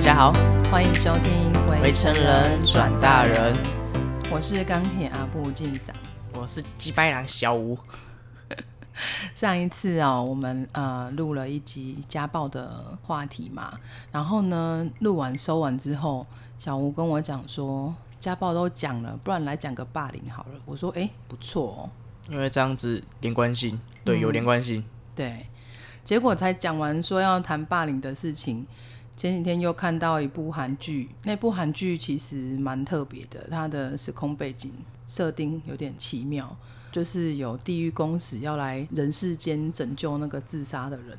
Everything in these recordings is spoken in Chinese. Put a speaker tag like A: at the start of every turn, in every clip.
A: 家好，
B: 欢迎收听《
A: 围城人转大人》，，
B: 我是钢铁阿布纪长。
A: 我是鸡白狼小吴。
B: 上一次哦，我们呃录了一集家暴的话题嘛，然后呢录完收完之后，小吴跟我讲说家暴都讲了，不然来讲个霸凌好了。我说诶，不错哦，
A: 因为这样子连贯性，
B: 嗯
A: 对，有连贯性。
B: 对，结果才讲完说要谈霸凌的事情。前几天又看到一部韩剧，那部韩剧其实蛮特别的，它的时空背景设定有点奇妙，就是有地狱公使要来人世间拯救那个自杀的人。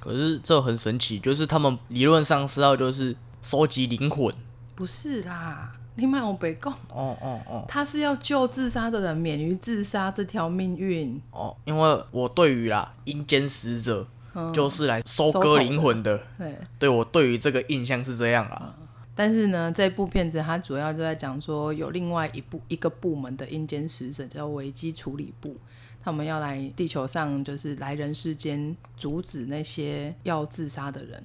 A: 可是这很神奇，就是他们理论上是要就是收集灵魂。
B: 不是啦，你买我北贡，
A: 哦哦哦
B: 他是要救自杀的人免于自杀这条命运。
A: 哦，因为我对于啦阴间使者、就是来收割灵魂的，
B: 嗯对，嗯
A: 对我对于这个印象是这样啦。
B: 但是呢，这部片子它主要就在讲说，有另外一部一个部门的阴间使者叫危机处理部，他们要来地球上，就是来人世间阻止那些要自杀的人，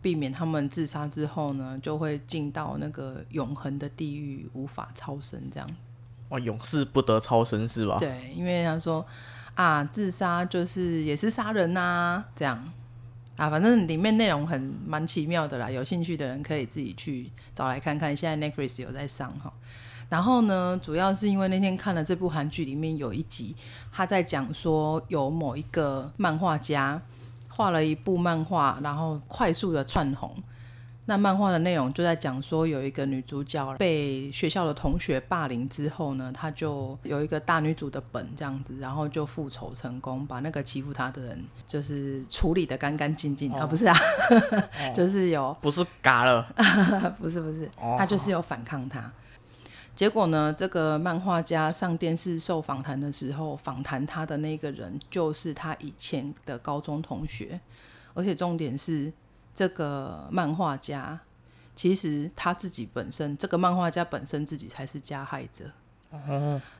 B: 避免他们自杀之后呢，就会进到那个永恒的地狱，无法超生这样子。
A: 哇，哦永世不得超生是吧？
B: 对，因为他说啊，自杀就是也是杀人呐、这样啊，反正里面内容很蛮奇妙的啦，有兴趣的人可以自己去找来看看。现在 Netflix 有在上哈。然后呢，主要是因为那天看了这部韩剧，里面有一集他在讲说，有某一个漫画家画了一部漫画，然后快速的窜红。那漫画的内容就在讲说，有一个女主角被学校的同学霸凌之后呢，她就有一个大女主的本这样子，然后就复仇成功，把那个欺负她的人就是处理的干干净净、啊，不是啊， 就是有
A: 不是嘎 了，
B: 不是不是，他就是有反抗他。结果呢，这个漫画家上电视受访谈的时候，访谈他的那个人就是他以前的高中同学，而且重点是这个漫画家。其实他自己本身，这个漫画家本身自己才是加害者。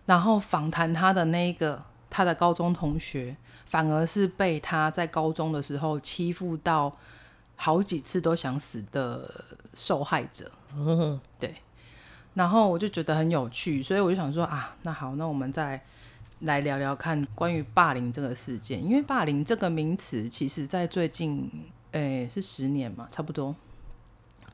B: 然后访谈他的那一个他的高中同学，反而是被他在高中的时候欺负到好几次都想死的受害者。对。然后我就觉得很有趣，所以我就想说啊，那好，那我们再来来聊聊看关于霸凌这个事件，因为霸凌这个名词，其实在最近，诶，是十年嘛，差不多。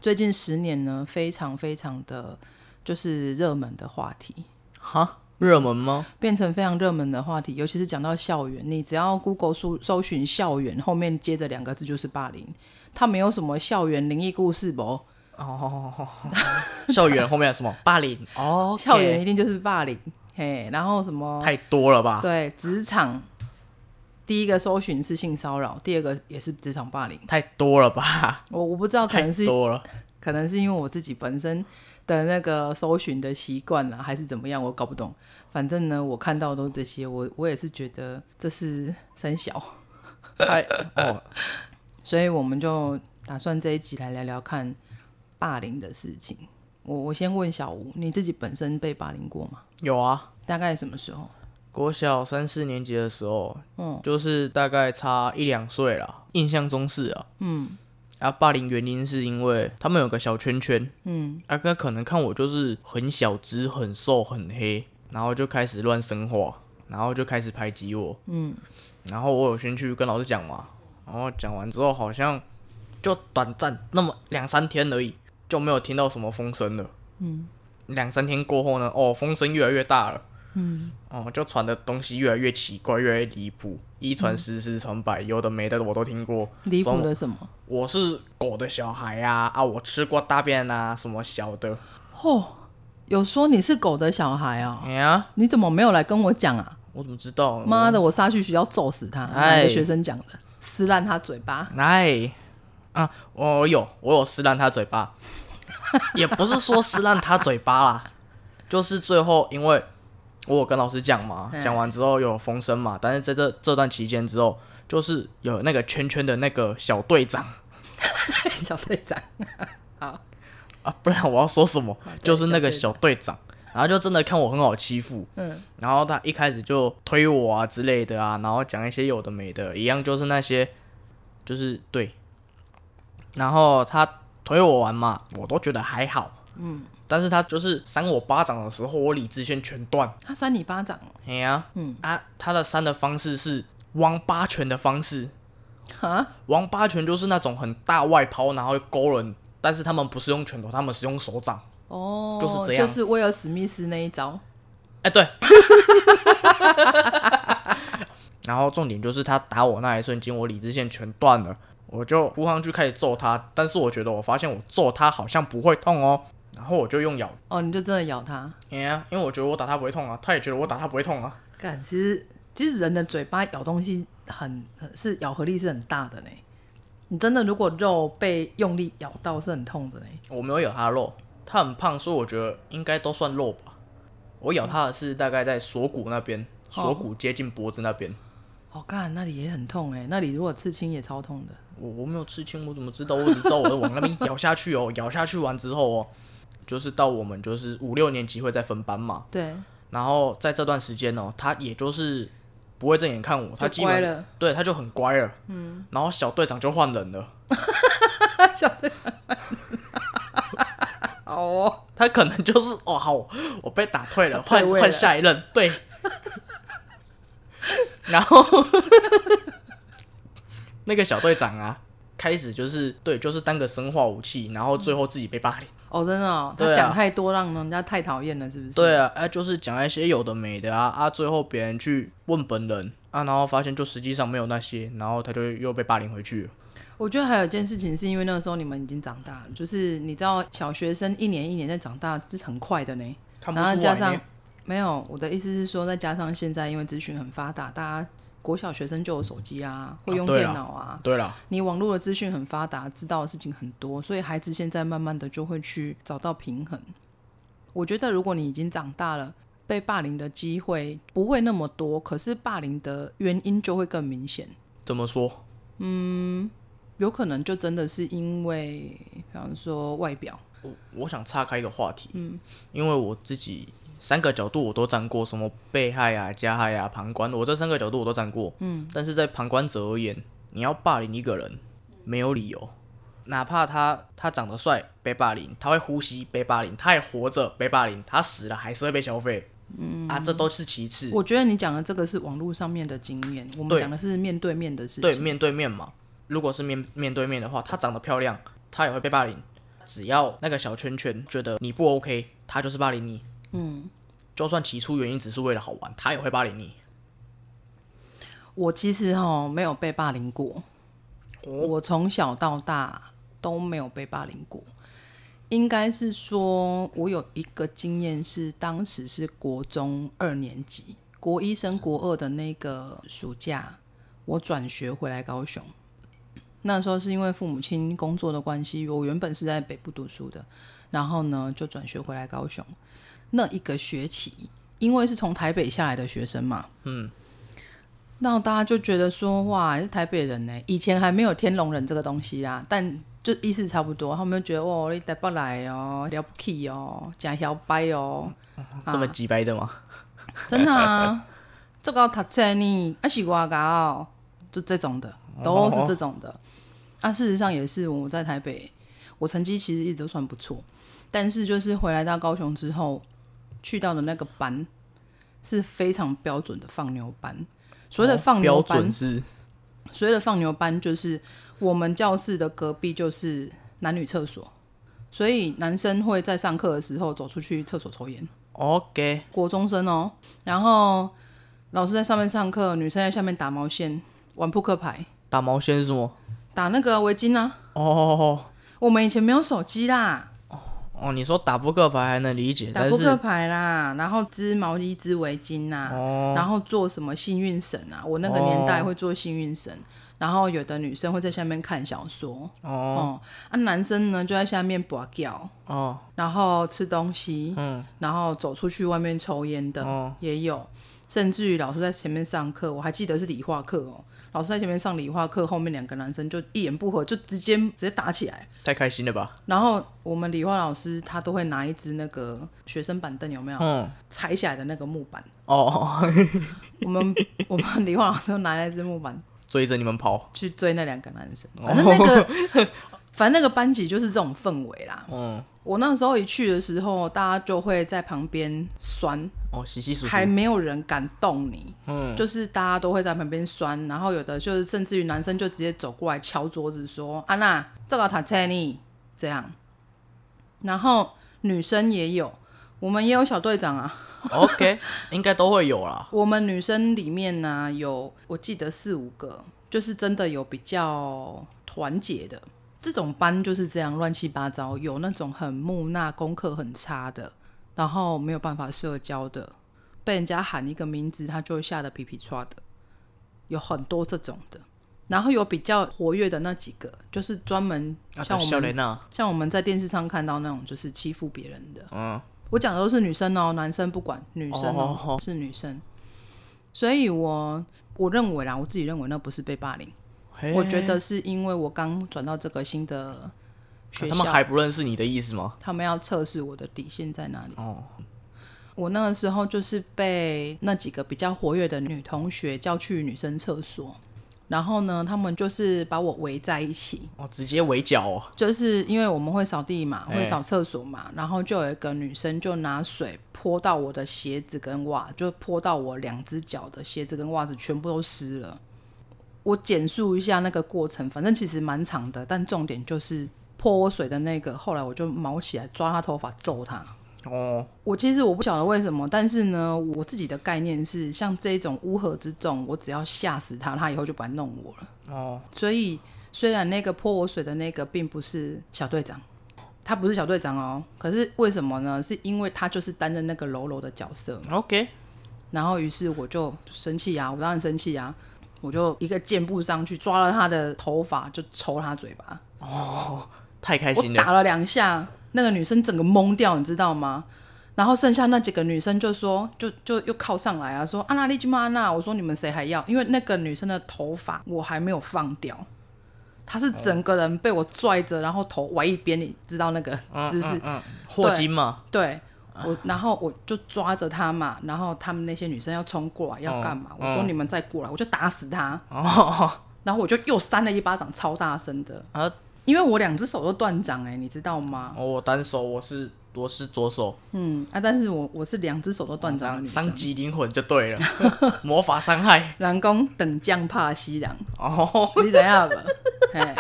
B: 最近十年呢，非常非常的就是热门的话题。
A: 哈，热门吗？
B: 变成非常热门的话题，尤其是讲到校园，你只要 Google 搜搜寻校园，后面接着两个字就是霸凌。它没有什么校园灵异故事不？哦
A: 哦 校园后面有什么霸凌？哦，
B: 校园一定就是霸凌，嘿，然后什么
A: 太多了吧？
B: 对职场，第一个搜寻是性骚扰，第二个也是职场霸凌。
A: 太多了吧？
B: 我我不知道，可能
A: 太
B: 是
A: 多了。
B: 可能是因为我自己本身的那个搜寻的习惯啊啦，还是怎么样，我搞不懂。反正呢，我看到都这些，我我也是觉得这是三小。
A: 太哦，
B: 所以我们就打算这一集来聊聊看霸凌的事情。我我先问小吴，你自己本身被霸凌过吗？
A: 有啊，
B: 大概什么时候？
A: 国小三四年级的时候，嗯，就是大概差一两岁啦，印象中是啊，嗯，啊，霸凌原因是因为他们有个小圈圈，嗯，啊，哥可能看我就是很小只、很瘦、很黑，然后就开始乱生化，然后就开始排挤我，嗯，然后我有先去跟老师讲嘛，然后讲完之后好像就短暂那么两三天而已，就没有听到什么风声了，嗯，两三天过后呢，哦，风声越来越大了。哦，就传的东西越来越奇怪，越来越离谱，一传十，十传百，有的没的我都听过。
B: 离
A: 什
B: 谱
A: 么
B: 的什么？
A: 我是狗的小孩啊，啊，我吃过大便啊，什么小的。
B: 哦，有说你是狗的小孩哦、
A: 哎呀，
B: 你怎么没有来跟我讲啊？
A: 我怎么知道？
B: 妈的，我杀去学校揍死他！
A: 嗯哎
B: 哪个学生讲的？撕烂他嘴巴！
A: 哎，啊，我有，我有撕烂他嘴巴，也不是说撕烂他嘴巴啦， 就是最后因为我有跟老师讲嘛，
B: 嗯
A: 讲完之后有风声嘛，但是在这这段期间之后，就是有那个圈圈的那个小队长。
B: 小队长，
A: 啊，不然我要说什么？
B: 对
A: 就是那个
B: 小
A: 哦小队长，然后就真的看我很好欺负，嗯，然后他一开始就推我啊之类的啊，然后讲一些有的没的，一样就是那些，就是对，然后他推我玩嘛，我都觉得还好。嗯，但是他就是扇我巴掌的时候，我理智线全断。
B: 他扇你巴掌哦，
A: 哎呀、嗯啊，他的扇的方式是王八拳的方式。
B: 哈，
A: 王八拳就是那种很大外抛，然后会勾人，但是他们不是用拳头，他们是用手掌。
B: 哦，
A: 就是这样
B: 就是威尔史密斯那一招，
A: 哎、对。 然后重点就是他打我那一瞬间，我理智线全断了，我就扑上去开始揍他。但是我觉得我发现我揍他好像不会痛哦，然后我就用咬，
B: 哦，你就真的咬他。
A: 哎呀，因为我觉得我打他不会痛啊，他也觉得我打他不会痛啊。
B: 干，其实其实人的嘴巴咬东西很很是咬合力是很大的呢。你真的如果肉被用力咬到是很痛的呢。
A: 我没有咬他的肉，他很胖，所以我觉得应该都算肉吧。我咬他的是大概在锁骨那边，锁骨接近脖子那边。
B: 哦，干，那里也很痛哎，那里如果刺青也超痛的。
A: 我我没有刺青，我怎么知道？我只知道我往那边咬下去哦， 咬下去完之后哦，就是到我们就是五六年级会再分班嘛，
B: 对，
A: 然后在这段时间哦，他也就是不会正眼看我，他基
B: 就乖
A: 本
B: 了。
A: 对他就很乖了，嗯，然后小队长就换人了，
B: 好哦，
A: 他可能就是哦好，我被打退了，
B: 退
A: 换
B: 位了
A: 换下一任， 对，然后 那个小队长啊，开始就是对，就是当个生化武器，然后最后自己被霸凌。
B: 哦，真的哦，
A: 对
B: 他
A: 啊
B: 讲太多，让人家太讨厌了，是不是？
A: 对啊，哎、就是讲一些有的没的啊啊，最后别人去问本人啊，然后发现就实际上没有那些，然后他就又被霸凌回去了。
B: 我觉得还有一件事情，是因为那个时候你们已经长大了，就是你知道小学生一年一年在长大是很快的呢。
A: 看不出
B: 然后
A: 来
B: 加
A: 呢
B: 上没有，我的意思是说，再加上现在因为资讯很发达，大家国小学生就有手机啊，会用
A: 哦对
B: 电
A: 啦
B: 脑啊，
A: 对了，
B: 你网络的资讯很发达，知道的事情很多，所以孩子现在慢慢的就会去找到平衡。我觉得如果你已经长大了，被霸凌的机会不会那么多，可是霸凌的原因就会更明显。
A: 怎么说？
B: 有可能就真的是因为，比方说外表，
A: 我我想岔开一个话题，嗯，因为我自己三个角度我都站过，什么被害啊、加害啊、旁观，我这三个角度我都站过，嗯，但是在旁观者而言，你要霸凌一个人没有理由，哪怕他他长得帅被霸凌，他会呼吸被霸凌，他还活着被霸凌，他死了还是会被消费，嗯啊，这都是其次，
B: 我觉得你讲的这个是网络上面的经验，我们
A: 对
B: 讲的是面对面的事
A: 对
B: 情。
A: 面对面嘛，如果是面面对面的话，她长得漂亮，她也会被霸凌。只要那个小圈圈觉得你不 OK，她就是霸凌你。嗯，就算起初原因只是为了好玩，她也会霸凌你。
B: 我其实哈没有被霸凌过，我从小到大都没有被霸凌过。应该是说，我有一个经验是，当时是国中二年级，国一升国二的那个暑假，我转学回来高雄。那时候是因为父母亲工作的关系，我原本是在北部读书的，然后呢就转学回来高雄。那一个学期，因为是从台北下来的学生嘛，那大家就觉得说，哇，是台北人呢，以前还没有天龙人这个东西啦，但就意思差不多。他们就觉得，哦，你台北来哦，了不起哦，假摇摆哦，
A: 这么鸡掰的吗？
B: 真的 啊，做到读册呢，啊是我搞，就这种的，
A: 哦
B: 都是这种的。啊，事实上也是我在台北，我成绩其实一直都算不错，但是就是回来到高雄之后，去到的那个班是非常标准的放牛班。所谓的放牛
A: 哦标
B: 班，
A: 准是
B: 所谓的放牛班，就是我们教室的隔壁就是男女厕所，所以男生会在上课的时候走出去厕所抽烟，
A: OK，
B: 国中生哦。然后老师在上面上课，女生在下面打毛线、玩扑克牌、
A: 打毛线是什么？
B: 打那个围巾啊。
A: 哦哦
B: 我们以前没有手机啦，
A: 哦，你说打扑克牌还能理解，
B: 打
A: 但
B: 扑克
A: 是
B: 牌啦，然后织毛衣、织围巾啦、然后做什么幸运绳啊？我那个年代会做幸运绳，然后有的女生会在下面看小说，哦、啊，男生呢就在下面拔脚，
A: 哦
B: 然后吃东西，嗯，哦然后走出去外面抽烟的、也有，甚至于老师在前面上课，我还记得是理化课哦，老师在前面上理化课，后面两个男生就一言不合就直接直接打起来，
A: 太开心了吧？
B: 然后我们理化老师他都会拿一只那个学生板凳有没有？
A: 嗯，
B: 踩起来的那个木板，
A: 哦，
B: 我们 我们理化老师都拿那只木板
A: 追着你们跑，
B: 哦去追那两个男生，反正那个 反正那个班级就是这种氛围啦。嗯，我那时候一去的时候，大家就会在旁边酸，
A: 哦，洗洗数数，
B: 还没有人敢动你。嗯，就是大家都会在旁边酸，然后有的就是甚至于男生就直接走过来敲桌子说：“安娜，这个塔切尼这样。”然后女生也有，我们也有小队长啊。
A: OK，应该都会有啦。
B: 我们女生里面呢、有我记得四五个，就是真的有比较团结的。这种班就是这样乱七八糟，有那种很木讷、功课很差的，然后没有办法社交的，被人家喊一个名字他就会吓得皮皮抓的，有很多这种的。然后有比较活跃的那几个，就是专门
A: 啊，
B: 像我
A: 笑
B: 们
A: 莲娜，
B: 像我们在电视上看到那种，就是欺负别人的。嗯，我讲的都是女生哦，男生不管，女生哦
A: 哦
B: 是女生。所以我我认为啦，我自己认为那不是被霸凌，
A: 嘿啊
B: 我觉得是因为我刚转到这个新的学
A: 啊他
B: 校，
A: 们还不认识你的意思吗？
B: 他们要测试我的底线在哪里。
A: 哦，
B: 我那个时候就是被那几个比较活跃的女同学叫去女生厕所，然后呢，他们就是把我围在一起，
A: 哦，直接围剿哦，
B: 就是因为我们会扫地嘛，
A: 哎
B: 会扫厕所嘛，然后就有一个女生就拿水泼到我的鞋子跟袜，就泼到我两只脚的鞋子跟袜子全部都湿了。我简述一下那个过程，反正其实蛮长的，但重点就是泼我水的那个，后来我就毛起来抓她头发揍她。
A: 哦，
B: 我其实我不晓得为什么，但是呢，我自己的概念是，像这种乌合之众，我只要吓死他，他以后就不来弄我了。
A: 哦，
B: 所以虽然那个泼我水的那个并不是小队长，他不是小队长哦，可是为什么呢？是因为他就是担任那个柔柔的角色，
A: OK，
B: 然后于是我就生气啊，我当然生气啊，我就一个箭步上去抓了他的头发，就抽他嘴巴。
A: 太开心
B: 我
A: 了，
B: 打了两下，那个女生整个懵掉，你知道吗？然后剩下那几个女生就说，就就又靠上来啊，说安娜丽君安娜，我说你们谁还要？因为那个女生的头发我还没有放掉，她是整个人被我拽着，然后头歪一边，你知道那个姿
A: 嗯
B: 势？
A: 霍金嘛，
B: 对我，然后我就抓着她嘛，然后他们那些女生要冲过来要干嘛？我说你们再过来，我就打死她。
A: 嗯哦，
B: 然后我就又扇了一巴掌，超大声的，
A: 啊，
B: 因为我两只手都断掌哎、你知道吗？
A: 哦我单手，我是我是左手，
B: 嗯啊，但是我我是两只手都断掌的女
A: 伤
B: 生。
A: 及灵魂就对 了，魔法伤害，
B: 人讲等将怕西人，
A: 哦，
B: 你怎样吧？ 哎，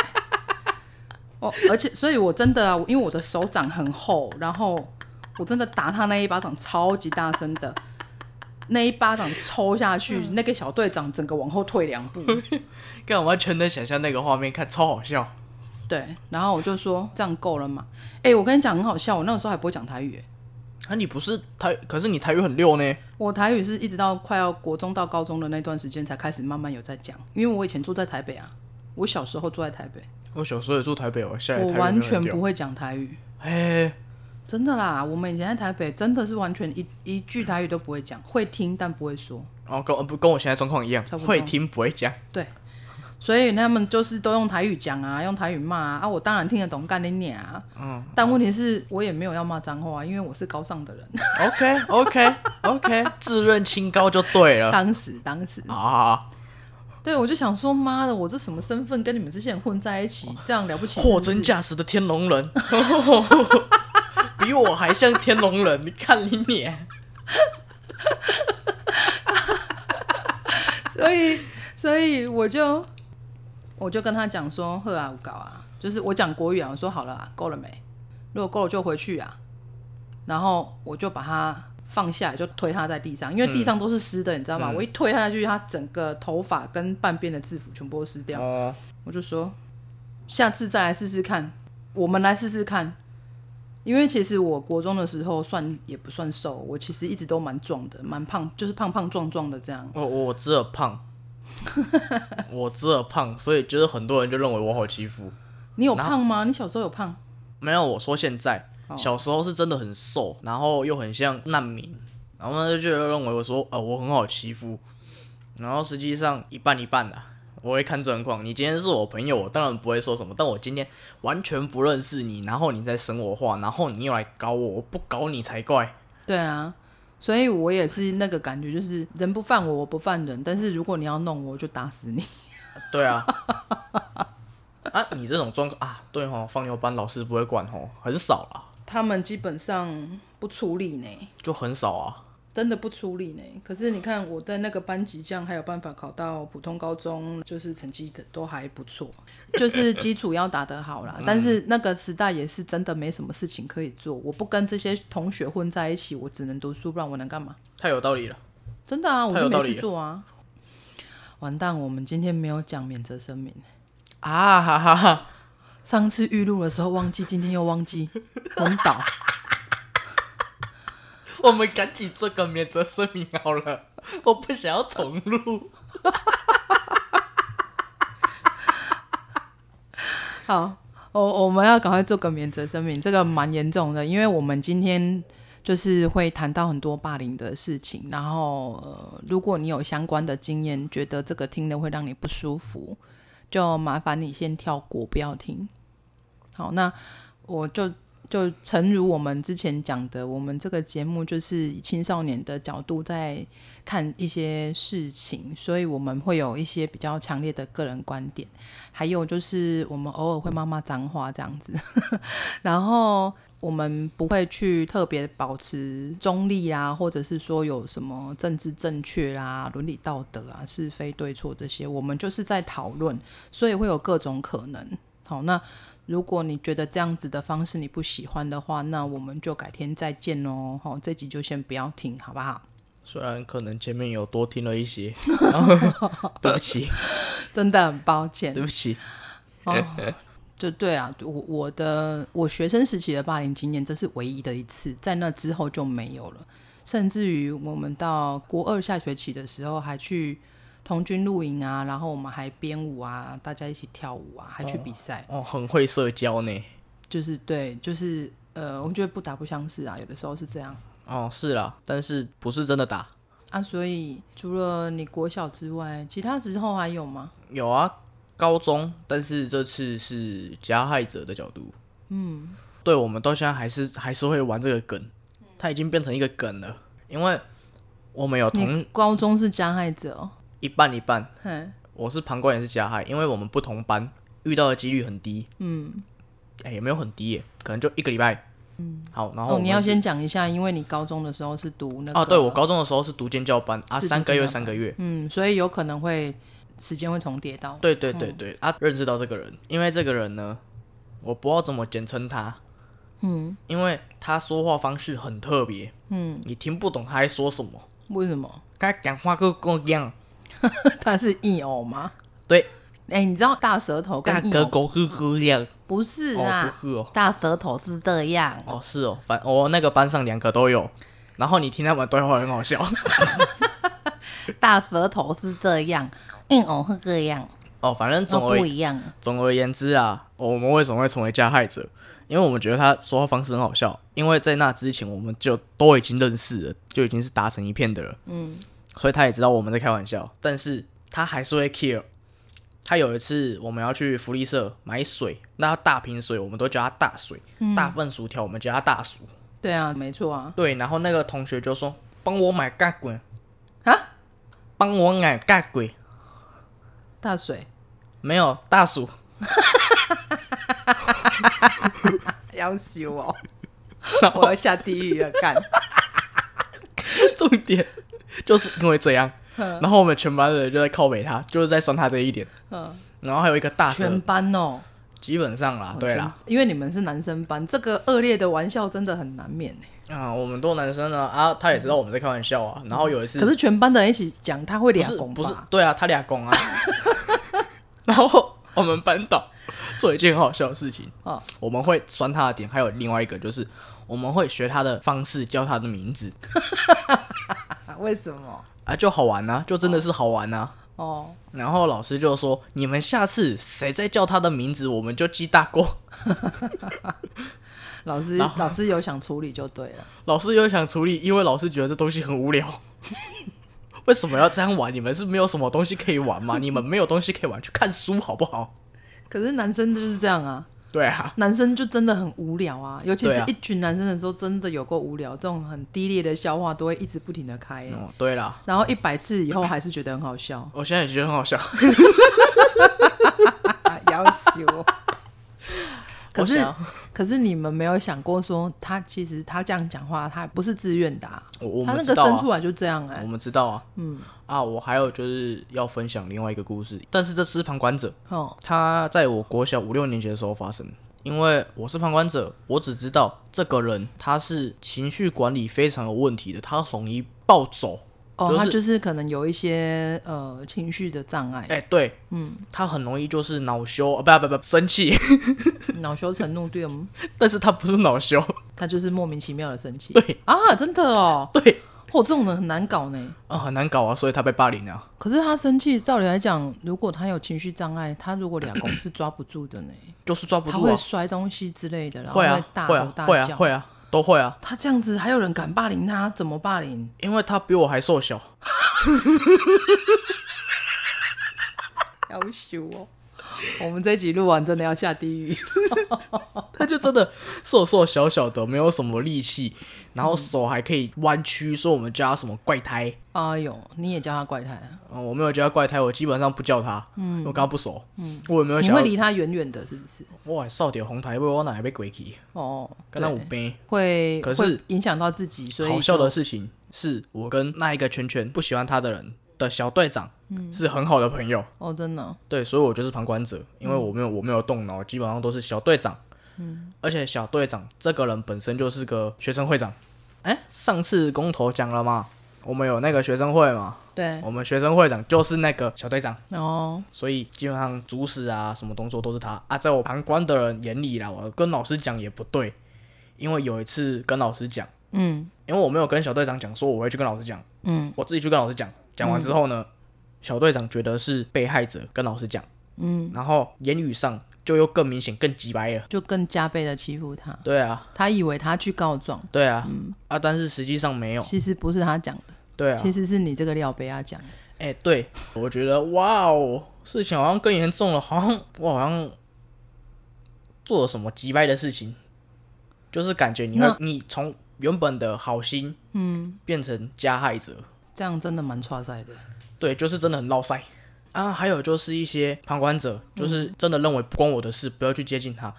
B: 哦，而且所以，我真的啊，因为我的手掌很厚，然后我真的打他那一巴掌超级大声的，那一巴掌抽下去，
A: 嗯
B: 那个小队长整个往后退两步，
A: 干我完全能想象那个画面，看超好笑，
B: 对，然后我就说这样够了嘛？哎、我跟你讲很好笑，我那个时候还不会讲台语、哎
A: 啊，你不是台，可是你台语很溜呢，
B: 我台语是一直到快要国中到高中的那段时间才开始慢慢有在讲，因为我以前住在台北啊，我小时候住在台北，
A: 我小时候也住台北，我现在
B: 我
A: 台北
B: 完
A: 没有
B: 全
A: 很溜
B: 不会讲台语，
A: 哎，
B: 真的啦。我们以前在台北真的是完全一一句台语都不会讲，会听但不会说。
A: 哦，跟不跟我现在状况一样
B: 差，不多
A: 会听不会讲，
B: 对，所以他们就是都用台语讲啊，用台语骂啊。啊，我当然听得懂，干你娘、 啊。嗯，但问题是我也没有要骂脏话，因为我是高尚的人。
A: OK OK OK，自 认清高就对了
B: 当时，当时，
A: 啊！
B: 对我就想说，妈的，我这什么身份跟你们这些人混在一起，这样了不起？
A: 货真价实的天龙人，比我还像天龙人，你看你脸。
B: 所以，所以我就我就跟他讲说，呵啊，我搞啊，就是我讲国语啊，我说好了啊，够了没？如果够了就回去啊。然后我就把他放下来，就推他在地上，因为地上都是湿的，你知道吗？我一推他下去，他整个头发跟半边的制服全部都湿掉。
A: 哦，
B: 我就说，下次再来试试看，我们来试试看。因为其实我国中的时候算也不算瘦，我其实一直都蛮壮的，蛮胖，就是胖胖壮壮的这样。
A: 我哦我只有胖，我只有胖，所以就是很多人就认为我好欺负。
B: 你有胖吗？你小时候有胖？
A: 没有，我说现在小时候是真的很瘦，然后又很像难民，然后他就觉得认为我说呃我很好欺负，然后实际上一半一半的、啊我会看状况，你今天是我朋友，我当然不会说什么。但我今天完全不认识你，然后你再生我话，然后你又来搞我，我不搞你才怪。
B: 对啊，所以我也是那个感觉，就是人不犯我，我不犯人。但是如果你要弄我，我就打死你。
A: 对啊，啊， 啊，你这种状况啊，对吼，放牛班老师不会管吼，很少啦，
B: 他们基本上不处理呢，
A: 就很少啊。
B: 真的不处理呢。可是你看我在那个班级，这样还有办法考到普通高中，就是成绩的都还不错，就是基础要打得好啦。但是那个时代也是真的没什么事情可以做，我不跟这些同学混在一起，我只能读书，不然我能干嘛？
A: 太有道理了，
B: 真的啊，我
A: 太
B: 就
A: 有
B: 没
A: 道
B: 事
A: 理了
B: 做啊。完蛋，我们今天没有讲免责声明。
A: 啊哈哈哈，
B: 上次预录的时候忘记，今天又忘记，昏倒。
A: 我们赶紧做个免责声明好了， 我不想要重录。
B: 好，哦我我们要赶快做个免责声明，这个蛮严重的，因为我们今天就是会谈到很多霸凌的事情，然后呃，如果你有相关的经验，觉得这个听了会让你不舒服，就麻烦你先跳过，不要听。好，那我就。就诚如我们之前讲的，我们这个节目就是以青少年的角度在看一些事情，所以我们会有一些比较强烈的个人观点。还有就是我们偶尔会骂骂脏话这样子， 然后我们不会去特别保持中立啊，或者是说有什么政治正确啦、伦理道德啊、是非对错这些，我们就是在讨论，所以会有各种可能。好，那如果你觉得这样子的方式你不喜欢的话，那我们就改天再见喽。好，这集就先不要听，好不好？
A: 虽然可能前面有多听了一 些，然后对不起，
B: 真的很抱歉
A: 对。不起，
B: 就对啊，我我的我学生时期的霸凌经验，这是唯一的一次，在那之后就没有了。甚至于我们到国二下学期的时候，还去童军露营啊，然后我们还编舞啊，大家一起跳舞啊，还去比赛。
A: 哦，很会社交呢。
B: 就是对，就是呃，我觉得不打不相识啊，有的时候是这样
A: 哦，是啦，但是不是真的打？
B: 啊。所以除了你国小之外，其他时候还有吗？
A: 有啊，高中，但是这次是加害者的角度。嗯，对，我们到现在还是还是会玩这个梗，它已经变成一个梗了，因为我们有同
B: 你高中是加害者、哦，
A: 一半一半，
B: 哼，
A: 我是旁观也是加害，因为我们不同班，遇到的几率很低。嗯，哎、也没有很低耶，可能就一个礼拜。嗯，好，然后我
B: 哦，
A: 们
B: 你要先讲一下，因为你高中的时候是读那个
A: 哦，对我高中的时候是读尖教班啊，
B: 是读
A: 三个
B: 尖
A: 月
B: 教
A: 三个月。
B: 嗯，所以有可能会时间会重叠到。
A: 对对对对、啊，认识到这个人，因为这个人呢，我不知道怎么简称他，嗯，因为他说话方式很特别，嗯，你听不懂他在说什么，
B: 为什么？
A: 他讲话跟跟一样，
B: 他是异偶吗？
A: 对，
B: 哎、你知道大舌头
A: 大
B: 跟异
A: 哥
B: 偶
A: 狗哥哥一样，
B: 不是
A: 哦
B: 啊？
A: 不是哦，
B: 大舌头是这样，
A: 哦是哦，反我、那个班上两个都有，然后你听他们对话很好笑，
B: 大舌头是这样，硬偶是这样，
A: 哦，反正
B: 那
A: 总而
B: 一样。
A: 总而言之啊，我们为什么会成为加害者？因为我们觉得他说话方式很好笑，因为在那之前我们就都已经认识了，就已经是打成一片的了。嗯，所以他也知道我们在开玩笑，但是他还是会 care。他有一次我们要去福利社买水，那他大瓶水我们都叫他大水，大份薯条我们叫他大薯。
B: 对啊，没错啊。
A: 对，然后那个同学就说：“帮我买盖滚，
B: 啊，
A: 帮我买盖滚。”
B: 大水
A: 没有大薯，
B: 要修 哦，我要下地狱了，干！
A: 重点就是因为这样，然后我们全班的人就在靠北他，就是在酸他这一点。然后还有一个大
B: 全哦
A: 神，
B: 班哦，
A: 基本上啦，对啦，
B: 全，因为你们是男生班，这个恶劣的玩笑真的很难免欸
A: 啊，我们都男生呢，啊，他也知道我们在开玩笑啊。然后有一次，
B: 可是全班的人一起讲，他会
A: 不
B: 俩
A: 是
B: 拱
A: 不是
B: 吧？，
A: 对啊，他俩拱 啊。然后我们班导做一件很好笑的事情，
B: 哦
A: 我们会酸他的点，还有另外一个就是我们会学他的方式叫他的名字
B: 啊为什么？
A: 啊，就好玩啊，就真的是好玩啊。
B: 哦，
A: 然后老师就说：“你们下次谁再叫他的名字，我们就记大过。
B: 老师老师有想处理就对了。”
A: 老师又想处理，因为老师觉得这东西很无聊。 为什么要这样玩？你们是没有什么东西可以玩吗？你们没有东西可以玩，去看书好不好？
B: 可是男生就是这样啊，
A: 对啊，
B: 男生就真的很无聊啊，尤其
A: 对
B: 是
A: 啊
B: 一群男生的时候，真的有够无聊，这种很低劣的笑话都会一直不停的开、欸
A: 哦，对啦，
B: 然后一
A: ，
B: 百次以后还是觉得很好笑
A: 我现在也觉得很好笑。
B: 啊、要修。 可是可是你们没有想过说，他其实他这样讲话，他不是自愿的、啊，
A: 我我
B: 他
A: 们
B: 那
A: 知
B: 个
A: 道、
B: 生
A: 啊，
B: 出来就这样哎、
A: 我们知道啊，嗯啊，我还有就是要分享另外一个故事，但是这是旁观者，
B: 哦，
A: 他在我国小五六年级的时候发生。因为我是旁观者，我只知道这个人他是情绪管理非常有问题的，他容易暴走。
B: 哦，
A: 就是
B: 他就是可能有一些呃情绪的障碍，
A: 哎、对，嗯，他很容易就是恼羞，啊、不不不，生气，
B: 恼羞成怒，对吗？
A: 但是他不是恼羞，
B: 他就是莫名其妙的生气，
A: 对
B: 啊，真的哦，
A: 对，
B: 哦，这种人很难搞呢。
A: 啊，很难搞啊，所以他被霸凌啊。
B: 可是他生气，照理来讲，如果他有情绪障碍，他如果俩公是抓不住的呢，
A: 就是抓 不
B: 他
A: 住啊
B: 会，摔东西之类的，然后
A: 会啊，
B: 大
A: 会
B: 吼
A: 啊，
B: 大
A: 会啊，
B: 叫。
A: 会啊，都会啊，
B: 他这样子，还有人敢霸凌他？怎么霸凌？
A: 因为他比我还瘦小，
B: 要羞哦！ 我们这一集录完真的要下地狱。
A: 他就真的瘦瘦小小的，没有什么力气，然
B: 嗯
A: 后手还可以弯曲，说我们叫他什么怪胎。
B: 哎呦，你也叫他怪胎啊？
A: 嗯，我没有叫他怪胎，我基本上不叫他，嗯，我跟他不熟，嗯，我也没有
B: 你
A: 想
B: 会
A: 要，
B: 离他远远的，是不是？
A: 哇，少点红台，我哪还被鬼去？
B: 哦，
A: 跟他有
B: 对
A: 病。
B: 会
A: 可是
B: 会影响到自己，所以
A: 好笑
B: 就
A: 的事情是我跟那一个圈圈不喜欢他的人的小队长，
B: 嗯
A: 是很好的朋友，
B: 哦，真的
A: 对，所以我就是旁观者，因为我没有我没有动脑，基本上都是小队长，嗯，而且小队长这个人本身就是个学生会长，哎、上次公投讲了嘛，我们有那个学生会嘛，
B: 对，哦
A: 我们学生会长就是那个小队长，
B: 然后
A: 所以基本上主使啊什么动作都是他啊，在我旁观的人眼里啦，我跟老师讲也不对，因为有一次跟老师讲。
B: 嗯
A: 因为我没有跟小队长讲说我会去跟老师讲，
B: 嗯，
A: 我自己去跟老师讲，讲完之后呢，小队长觉得是被害者跟老师讲，嗯，然后言语上就又更明显更急白了，
B: 就更加倍的欺负他，
A: 对啊，
B: 他以为他去告状，
A: 对啊，啊，但是实际上没有，
B: 嗯其实不是他讲的，
A: 对啊，
B: 其实是你这个料被他讲的。
A: 哎、对，我觉得哇哦，事情好像更严重了，好像我好像做了什么急掰的事情，就是感觉你会
B: 那
A: 你从原本的好心，嗯，变成加害者，
B: 这样真的蛮差赛的。
A: 对，就是真的很落塞啊。还有就是一些旁观者，就是真的认为不关我的事，不要去接近他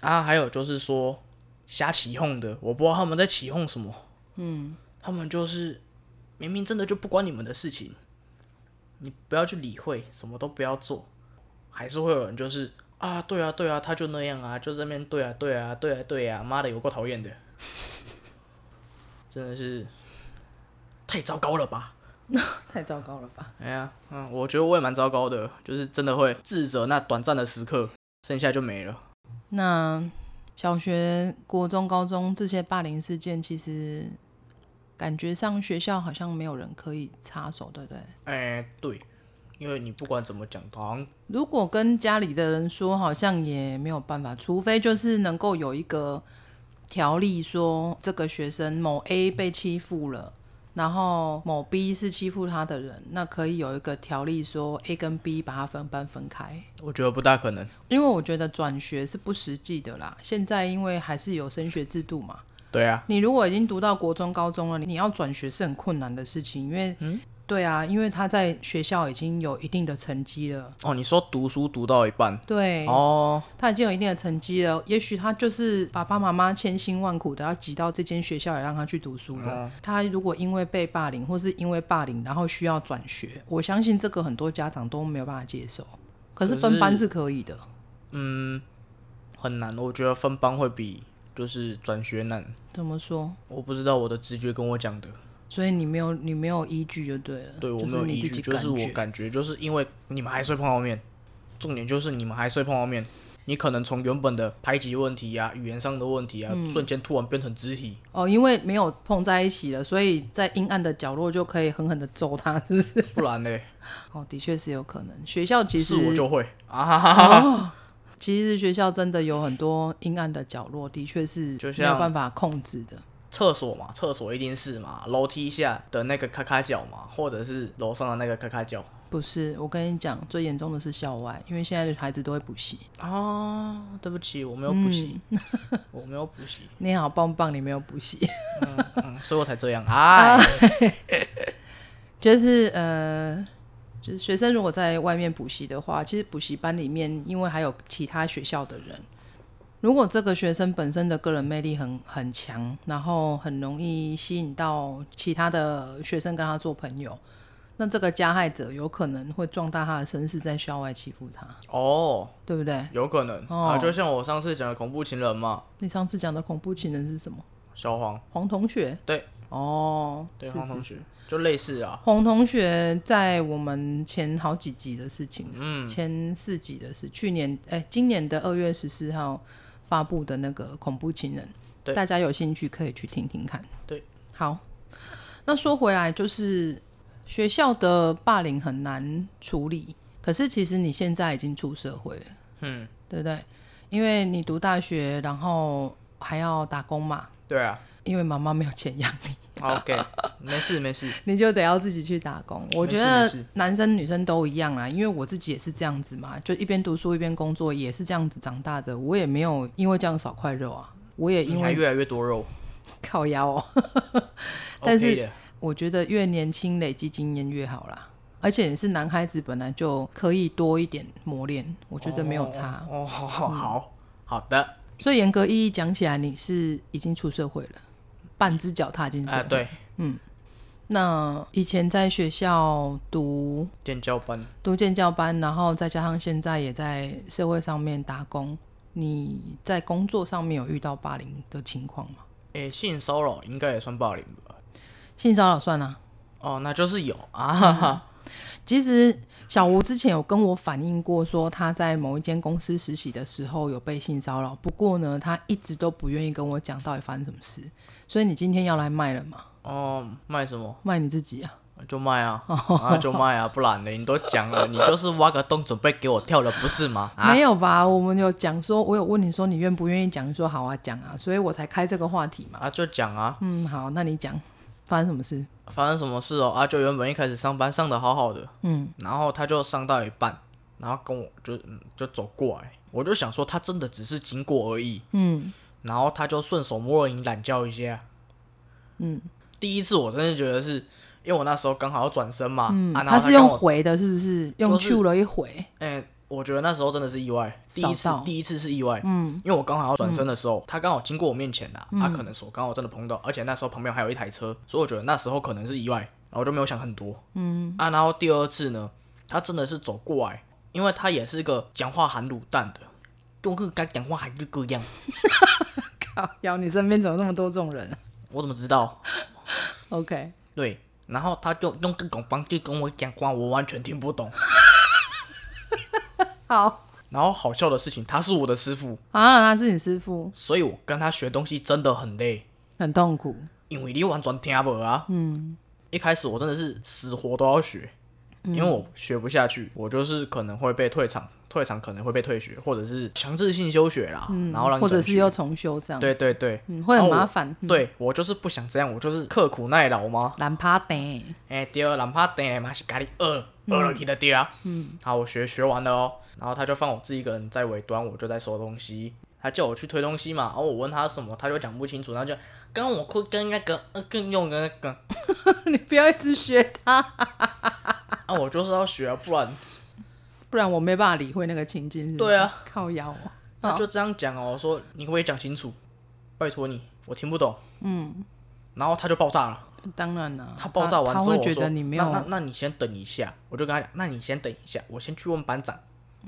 A: 啊。还有就是说瞎起哄的，我不知道他们在起哄什么。嗯，他们就是明明真的就不关你们的事情，你不要去理会，什么都不要做，还是会有人就是啊，对啊，对啊，他就那样啊，就这边对啊，对啊，对啊，对啊，妈的，有够讨厌的， 真的是太糟糕了吧。
B: 太糟糕了吧？
A: 哎呀，嗯，我觉得我也蛮糟糕的，就是真的会自责那短暂的时刻，剩下就没了。
B: 那小学、国中、高中这些霸凌事件，其实感觉上学校好像没有人可以插手，对不对？
A: 哎、对，因为你不管怎么讲，好像
B: 如果跟家里的人说，好像也没有办法，除非就是能够有一个条例说，这个学生某 A 被欺负了。然后某 B 是欺负他的人，那可以有一个条例说 A 跟 B 把他分班分开。
A: 我觉得不大可能。
B: 因为我觉得转学是不实际的啦。现在因为还是有升学制度嘛，
A: 对啊，
B: 你如果已经读到国中、高中了，你你要转学是很困难的事情，因为，对啊，因为他在学校已经有一定的成绩了，
A: 哦，你说读书读到一半，
B: 对，
A: 哦，
B: 他已经有一定的成绩了，也许他就是爸爸妈妈千辛万苦的要挤到这间学校来让他去读书的。
A: 啊
B: 他如果因为被霸凌，或是因为霸凌然后需要转学，我相信这个很多家长都没有办法接受。可是
A: 可
B: 分
A: 是
B: 班是可以的，
A: 很难。我觉得分班会比就是转学难。
B: 怎么说？
A: 我不知道我的直觉跟我讲的，
B: 所以你没有你没有依据就对了，
A: 对我
B: 就
A: 没
B: 是
A: 有
B: 你
A: 依
B: 自
A: 据，
B: 己
A: 就是
B: 感
A: 我
B: 觉。
A: 感觉就是因为你们还是会碰到面，重点就是你们还是会碰到面。你可能从原本的排挤问题啊、语言上的问题啊，
B: 嗯
A: 瞬间突然变成肢体，
B: 哦，因为没有碰在一起了，所以在阴暗的角落就可以狠狠的揍他，是不是？
A: 不然嘞，
B: 哦，的确是有可能。学校其
A: 是我
B: 实
A: 就会啊哈哈哈哈，
B: 其实学校真的有很多阴暗的角落，的确是
A: 就
B: 没有
A: 像
B: 办法控制的。
A: 厕所嘛，厕所一定是嘛，楼梯下的那个咔咔角嘛，或者是楼上的那个咔咔角。
B: 不是，我跟你讲，最严重的是校外，因为现在的孩子都会补习。
A: 哦，对不起，我没有补习，
B: 嗯
A: 我没有补习、
B: 你好棒棒，你没有补习，啊
A: 嗯所以我才这样。哎，
B: 就是呃，就是学生如果在外面补习的话，其实补习班里面因为还有其他学校的人，如果这个学生本身的个人魅力很很强，然后很容易吸引到其他的学生跟他做朋友，那这个加害者有可能会壮大他的身世，在校外欺负他，
A: 哦，
B: 对不对？
A: 有可能、
B: 哦
A: 啊，就像我上次讲的恐怖情人嘛，
B: 你上次讲的恐怖情人是什么？
A: 小黄
B: 黄同学？
A: 对，
B: 哦，
A: 对
B: 是
A: 黄
B: 是
A: 同学就类似啊，
B: 洪同学在我们前好几集的事情，
A: 嗯，
B: 前四集的是去年，哎、今年的二月十四号发布的那个《恐怖情人》，
A: 对
B: 大家有兴趣可以去听听看。
A: 对，
B: 好，那说回来，就是学校的霸凌很难处理，可是其实你现在已经出社会了，
A: 嗯，
B: 对不对？因为你读大学，然后还要打工嘛，
A: 对啊
B: 因为妈妈没有钱养你。
A: 好，OK，没 事没事，
B: 你就得要自己去打工。我觉
A: 没
B: 得
A: 事没事
B: 男生女生都一样啊啦，因为我自己也是这样子嘛，就一边读书一边工作，也是这样子长大的。我也没有因为这样少块肉啊，我也因
A: 你还
B: 为
A: 越来越多肉，
B: 靠腰哦。但是
A: OK 的
B: 我觉得越年轻累积经验越好啦，而且你是男孩子，本来就可以多一点磨练，我觉得没有差。
A: 哦，哦好好好的，
B: 所以严格意义讲起来，你是已经出社会了，半只脚踏进社会。
A: 哎，对，
B: 那以前在学校读
A: 建教班，
B: 读建教班，然后再加上现在也在社会上面打工，你在工作上面有遇到霸凌的情况吗？
A: 哎，性骚扰应该也算霸凌吧？
B: 性骚扰算啦、
A: 哦，那就是有啊，哈哈，
B: 其实小吴之前有跟我反映过，说他在某一间公司实习的时候有被性骚扰，不过呢，他一直都不愿意跟我讲到底发生什么事。所以你今天要来卖了嘛？
A: 哦，卖什么
B: 卖你自己啊！
A: 就卖啊，啊就卖啊，不然呢？你都讲了，你就是挖个洞准备给我跳了，不是吗？啊
B: 没，有吧？我们有讲说，我有问你说你愿不愿意讲，你说好啊，讲啊，所以我才开这个话题嘛。
A: 啊就讲啊，
B: 嗯，好，那你讲发生什么事？
A: 发生什么事哦？啊，就原本一开始上班上的好好的，嗯，然后他就上到一半，然后跟我就嗯就走过来，我就想说他真的只是经过而已，嗯，然后他就顺手摸了你懒觉一下，嗯，第一次我真的觉得是因为我那时候刚好要转身嘛，啊，然后
B: 嗯他是
A: 跟
B: 用
A: 我
B: 回的，是不是？用
A: 就是
B: 去了一回，
A: 哎、我觉得那时候真的是意外，第一次
B: 扫到
A: 第一次是意外，嗯，因为我刚好要转身的时候，他刚好经过我面前啊啦，他、可能手刚好真的碰到，而且那时候旁边还有一台车，所以我觉得那时候可能是意外，然后我就没有想很多，嗯啊，然后第二次呢，他真的是走过来，因为他也是个讲话含卤蛋的，跟我刚讲话还是个样，
B: 靠腰，你身边怎么那么多这种人
A: 我怎么知道？
B: ？OK，
A: 对，然后他就用各种方式跟我讲话，我完全听不懂。
B: 好
A: 然后好笑的事情，他是我的师傅，
B: 啊，他是你师傅，
A: 所以我跟他学东西真的很累。
B: 很痛苦。
A: 因为你完全听无啊。嗯，一开始我真的是死活都要学，因为我学不下去，我就是可能会被退场，退场可能会被退学，或者是强制性休学啦，然后让你
B: 嗯或者
A: 转
B: 是
A: 学
B: 又重修这样，
A: 对，对对，
B: 嗯，会很
A: 然后我
B: 麻烦。
A: 对我就是不想这样，我就是刻苦耐劳嘛。
B: 懒趴 等，
A: 哎、第二，哪怕等下嘛是咖喱饿饿了去的对啊。嗯，好，我学学完了哦，然后他就放我自己一个人在尾端，我就在收东西。他叫我去推东西嘛，然后我问他什么，他就讲不清楚，然后就跟我哭跟那个呃跟用跟那个，
B: 你不要一直学他，
A: 啊，我就是要学、啊，不然
B: 不然我没办法理会那个情境。是不是
A: 对啊，
B: 靠腰哦。
A: 他就这样讲哦、我说你可不可以讲清楚？拜托你，我听不懂。嗯，然后他就爆炸了。
B: 当然了，
A: 他爆炸完
B: 啊他
A: 之后，
B: 会
A: 我
B: 觉
A: 说
B: 得你没
A: 那那
B: 有
A: 那你先等一下，我就跟他讲，那你先等一下，我先去问班长。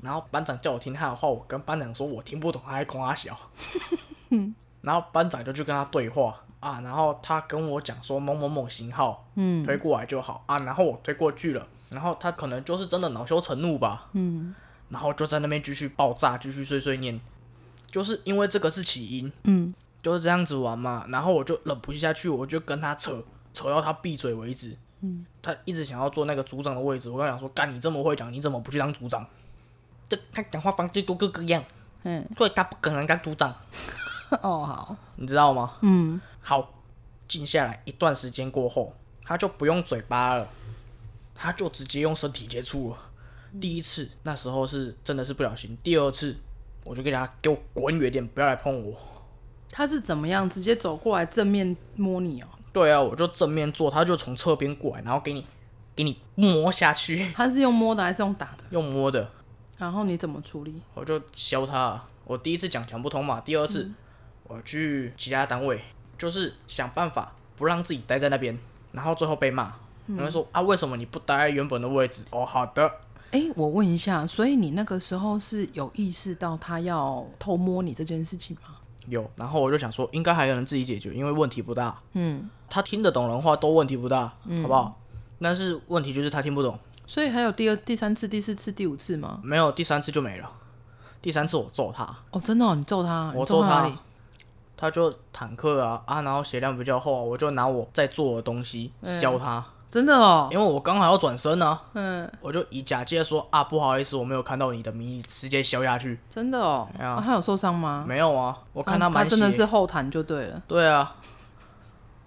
A: 然后班长叫我听他的话，我跟班长说我听不懂，他还夸他 小。然后班长就去跟他对话啊，然后他跟我讲说某某某型号，嗯，推过来就好啊。然后我推过去了，然后他可能就是真的恼羞成怒吧，嗯，然后就在那边继续爆炸，继续碎碎念，就是因为这个是起因，嗯，就是这样子玩嘛。然后我就忍不下去，我就跟他扯，扯到他闭嘴为止。嗯，他一直想要坐那个组长的位置，我跟他讲说，干你这么会讲，你怎么不去当组长？这他讲话方式都各个样，
B: 嗯，
A: 所以他不可能当组长，
B: 哦好，
A: 你知道吗？嗯，好，静下来一段时间过后，他就不用嘴巴了，他就直接用身体接触了。第一次那时候是真的是不小心，第二次我就跟他给我滚远点，不要来碰我。
B: 他是怎么样直接走过来正面摸你哦？
A: 对啊，我就正面坐，他就从侧边过来，然后给你给你摸下去，
B: 他是用摸的还是用打的？
A: 用摸的，
B: 然后你怎么处理？
A: 我就削他。我第一次讲讲不通嘛，第二次、我去其他单位，就是想办法不让自己待在那边，然后最后被骂。然后说啊，为什么你不待在原本的位置？哦，好的，
B: 哎、我问一下，所以你那个时候是有意识到他要偷摸你这件事情吗？
A: 有，然后我就想说，应该还有人自己解决，因为问题不大。嗯，他听得懂人话都问题不大，好不好？但是问题就是他听不懂，
B: 所以还有第二、第三次、第四次、第五次吗？
A: 没有第三次就没了。第三次我揍他，
B: 哦，真的哦、你揍他，
A: 我
B: 你揍哪
A: 他
B: 里？
A: 他就坦克啊啊，然后血量比较厚啊，我就拿我在做的东西
B: 嗯
A: 削他，
B: 真的哦，
A: 因为我刚好要转身呢、嗯，我就以假借说啊，不好意思，我没有看到你的名义，直接削下去。
B: 真的哦，
A: 哎呀
B: 啊他有受伤吗？
A: 没有啊，我看
B: 啊
A: 他
B: 他
A: 蛮血、
B: 真的是后弹就对了。
A: 对啊，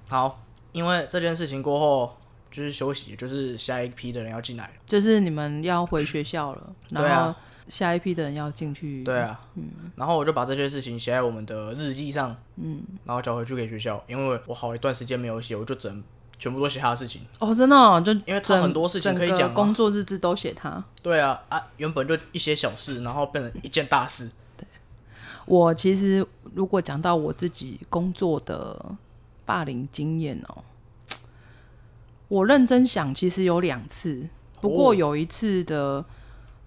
A: 好，因为这件事情过后就是休息，就是下一批的人要进来了。
B: 就是你们要回学校了，
A: 对
B: 然
A: 啊
B: 后下一批的人要进去。
A: 对啊，
B: 嗯
A: 然后我就把这些事情写在我们的日记上，嗯，然后交回去给学校，因为我好一段时间没有写，我就只能全部都写他的事情。
B: 哦，真的哦，就
A: 因为他
B: 整
A: 很多事情可以
B: 整个
A: 讲嘛
B: 工作日志都写他。
A: 对啊，啊，原本就一些小事，然后变成一件大事。
B: 我其实如果讲到我自己工作的霸凌经验哦，我认真想，其实有两次，不过
A: 哦
B: 有一次的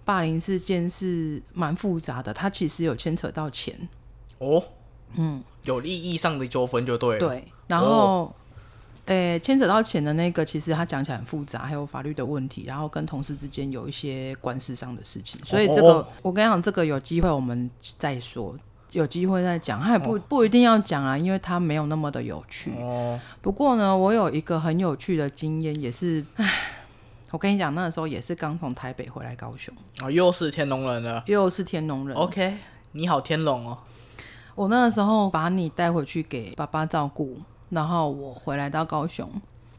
B: 霸凌事件是蛮复杂的，它其实有牵扯到钱。
A: 哦，嗯，有利益上的纠纷就对了。哦
B: 对，然后，诶、牵扯到钱的那个，其实它讲起来很复杂，还有法律的问题，然后跟同事之间有一些官司上的事情，所以这个、
A: 哦
B: 我跟你讲，这个有机会我们再说。有机会再讲，它也不不一定要讲啊，因为它没有那么的有趣。
A: 哦，
B: 不过呢，我有一个很有趣的经验，也是，唉，我跟你讲，那时候也是刚从台北回来高雄，
A: 啊，又是天龙人了。
B: 又是天龙人。
A: OK，你好天龙哦。
B: 我那个时候把你带回去给爸爸照顾，然后我回来到高雄，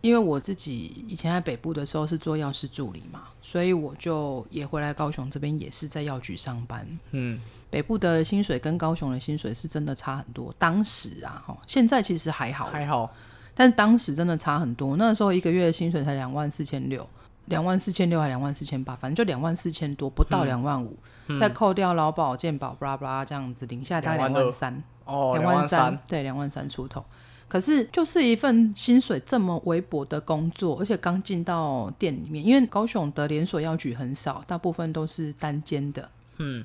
B: 因为我自己以前在北部的时候是做药师助理嘛，所以我就也回来高雄这边，也是在药局上班。
A: 嗯，
B: 北部的薪水跟高雄的薪水是真的差很多，当时啊，哈，现在其实还好，
A: 还好。
B: 但当时真的差很多。那时候一个月的薪水才两万四千六，两万四千六还两万四千八，反正就两万四千多，不到两万五、再扣掉劳保、健保、巴拉巴拉这样子，零下大嗯概两万三。
A: 哦，
B: 两
A: 两万
B: 三，，对，两万三出头。可是就是一份薪水这么微薄的工作，而且刚进到店里面，因为高雄的连锁药局很少，大部分都是单间的，
A: 嗯，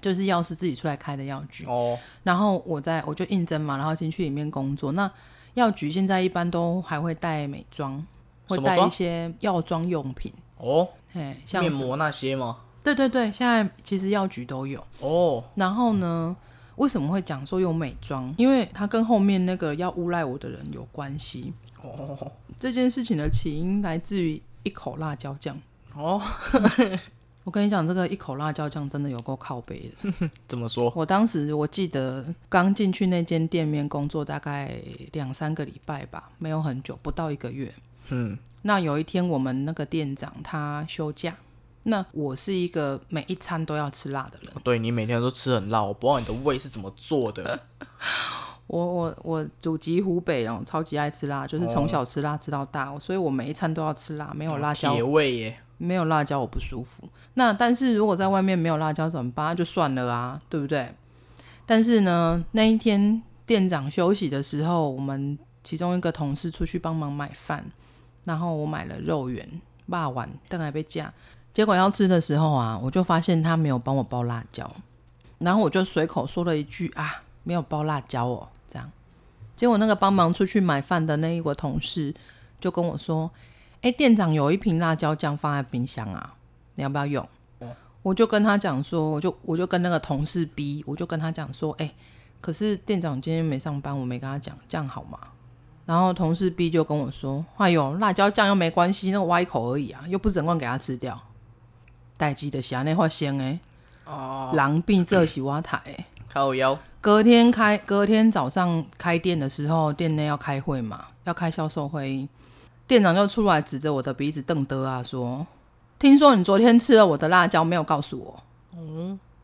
B: 就是药师自己出来开的药局。
A: 哦，
B: 然后我在我就应征嘛，然后进去里面工作。那药局现在一般都还会带美妆，会
A: 什么
B: 带一
A: 妆
B: 些药妆用品，
A: 哦，
B: 哎，像
A: 面
B: 是
A: 膜那些吗？
B: 对对对，现在其实药局都有。
A: 哦，
B: 然后呢，为什么会讲说有美妆？因为它跟后面那个要诬赖我的人有关系。
A: 哦，
B: 这件事情的起因来自于一口辣椒酱。
A: 哦，
B: 我跟你讲，这个一口辣椒酱真的有够靠背的。
A: 怎么说？
B: 我当时我记得刚进去那间店面工作大概两三个礼拜吧，没有很久，不到一个月。
A: 嗯，
B: 那有一天我们那个店长他休假，那我是一个每一餐都要吃辣的人。
A: 对你每天都吃很辣，我不知道你的胃是怎么做的。
B: 我我我祖籍湖北哦，超级爱吃辣，就是从小吃辣吃到大，所以我每一餐都要吃辣，没有 辣椒
A: 铁，胃耶。
B: 没有辣椒我不舒服。那但是如果在外面没有辣椒怎么办？就算了啊，对不对？但是呢，那一天店长休息的时候，我们其中一个同事出去帮忙买饭，然后我买了肉圆、霸丸，但还被架。结果要吃的时候啊，我就发现他没有帮我包辣椒，然后我就随口说了一句啊，没有包辣椒哦，这样。结果那个帮忙出去买饭的那一个同事就跟我说：“哎、店长有一瓶辣椒酱放在冰箱啊，你要不要用？”我就跟他讲说，我就我就跟那个同事逼，我就跟他讲说：“哎、可是店长今天没上班，我没跟他讲，这样好吗？”然后同事 B 就跟我说：“哎呦，辣椒酱又没关系，那我挖一口而已啊，又不是整罐给他吃掉。”代志就是安尼发生诶，
A: 哦，
B: 狼病这是我台诶。
A: 靠腰。
B: 隔天开，隔天早上开店的时候，店内要开会嘛，要开销售会议，店长就出来指着我的鼻子瞪得啊，说：“听说你昨天吃了我的辣椒，没有告诉我。”嗯，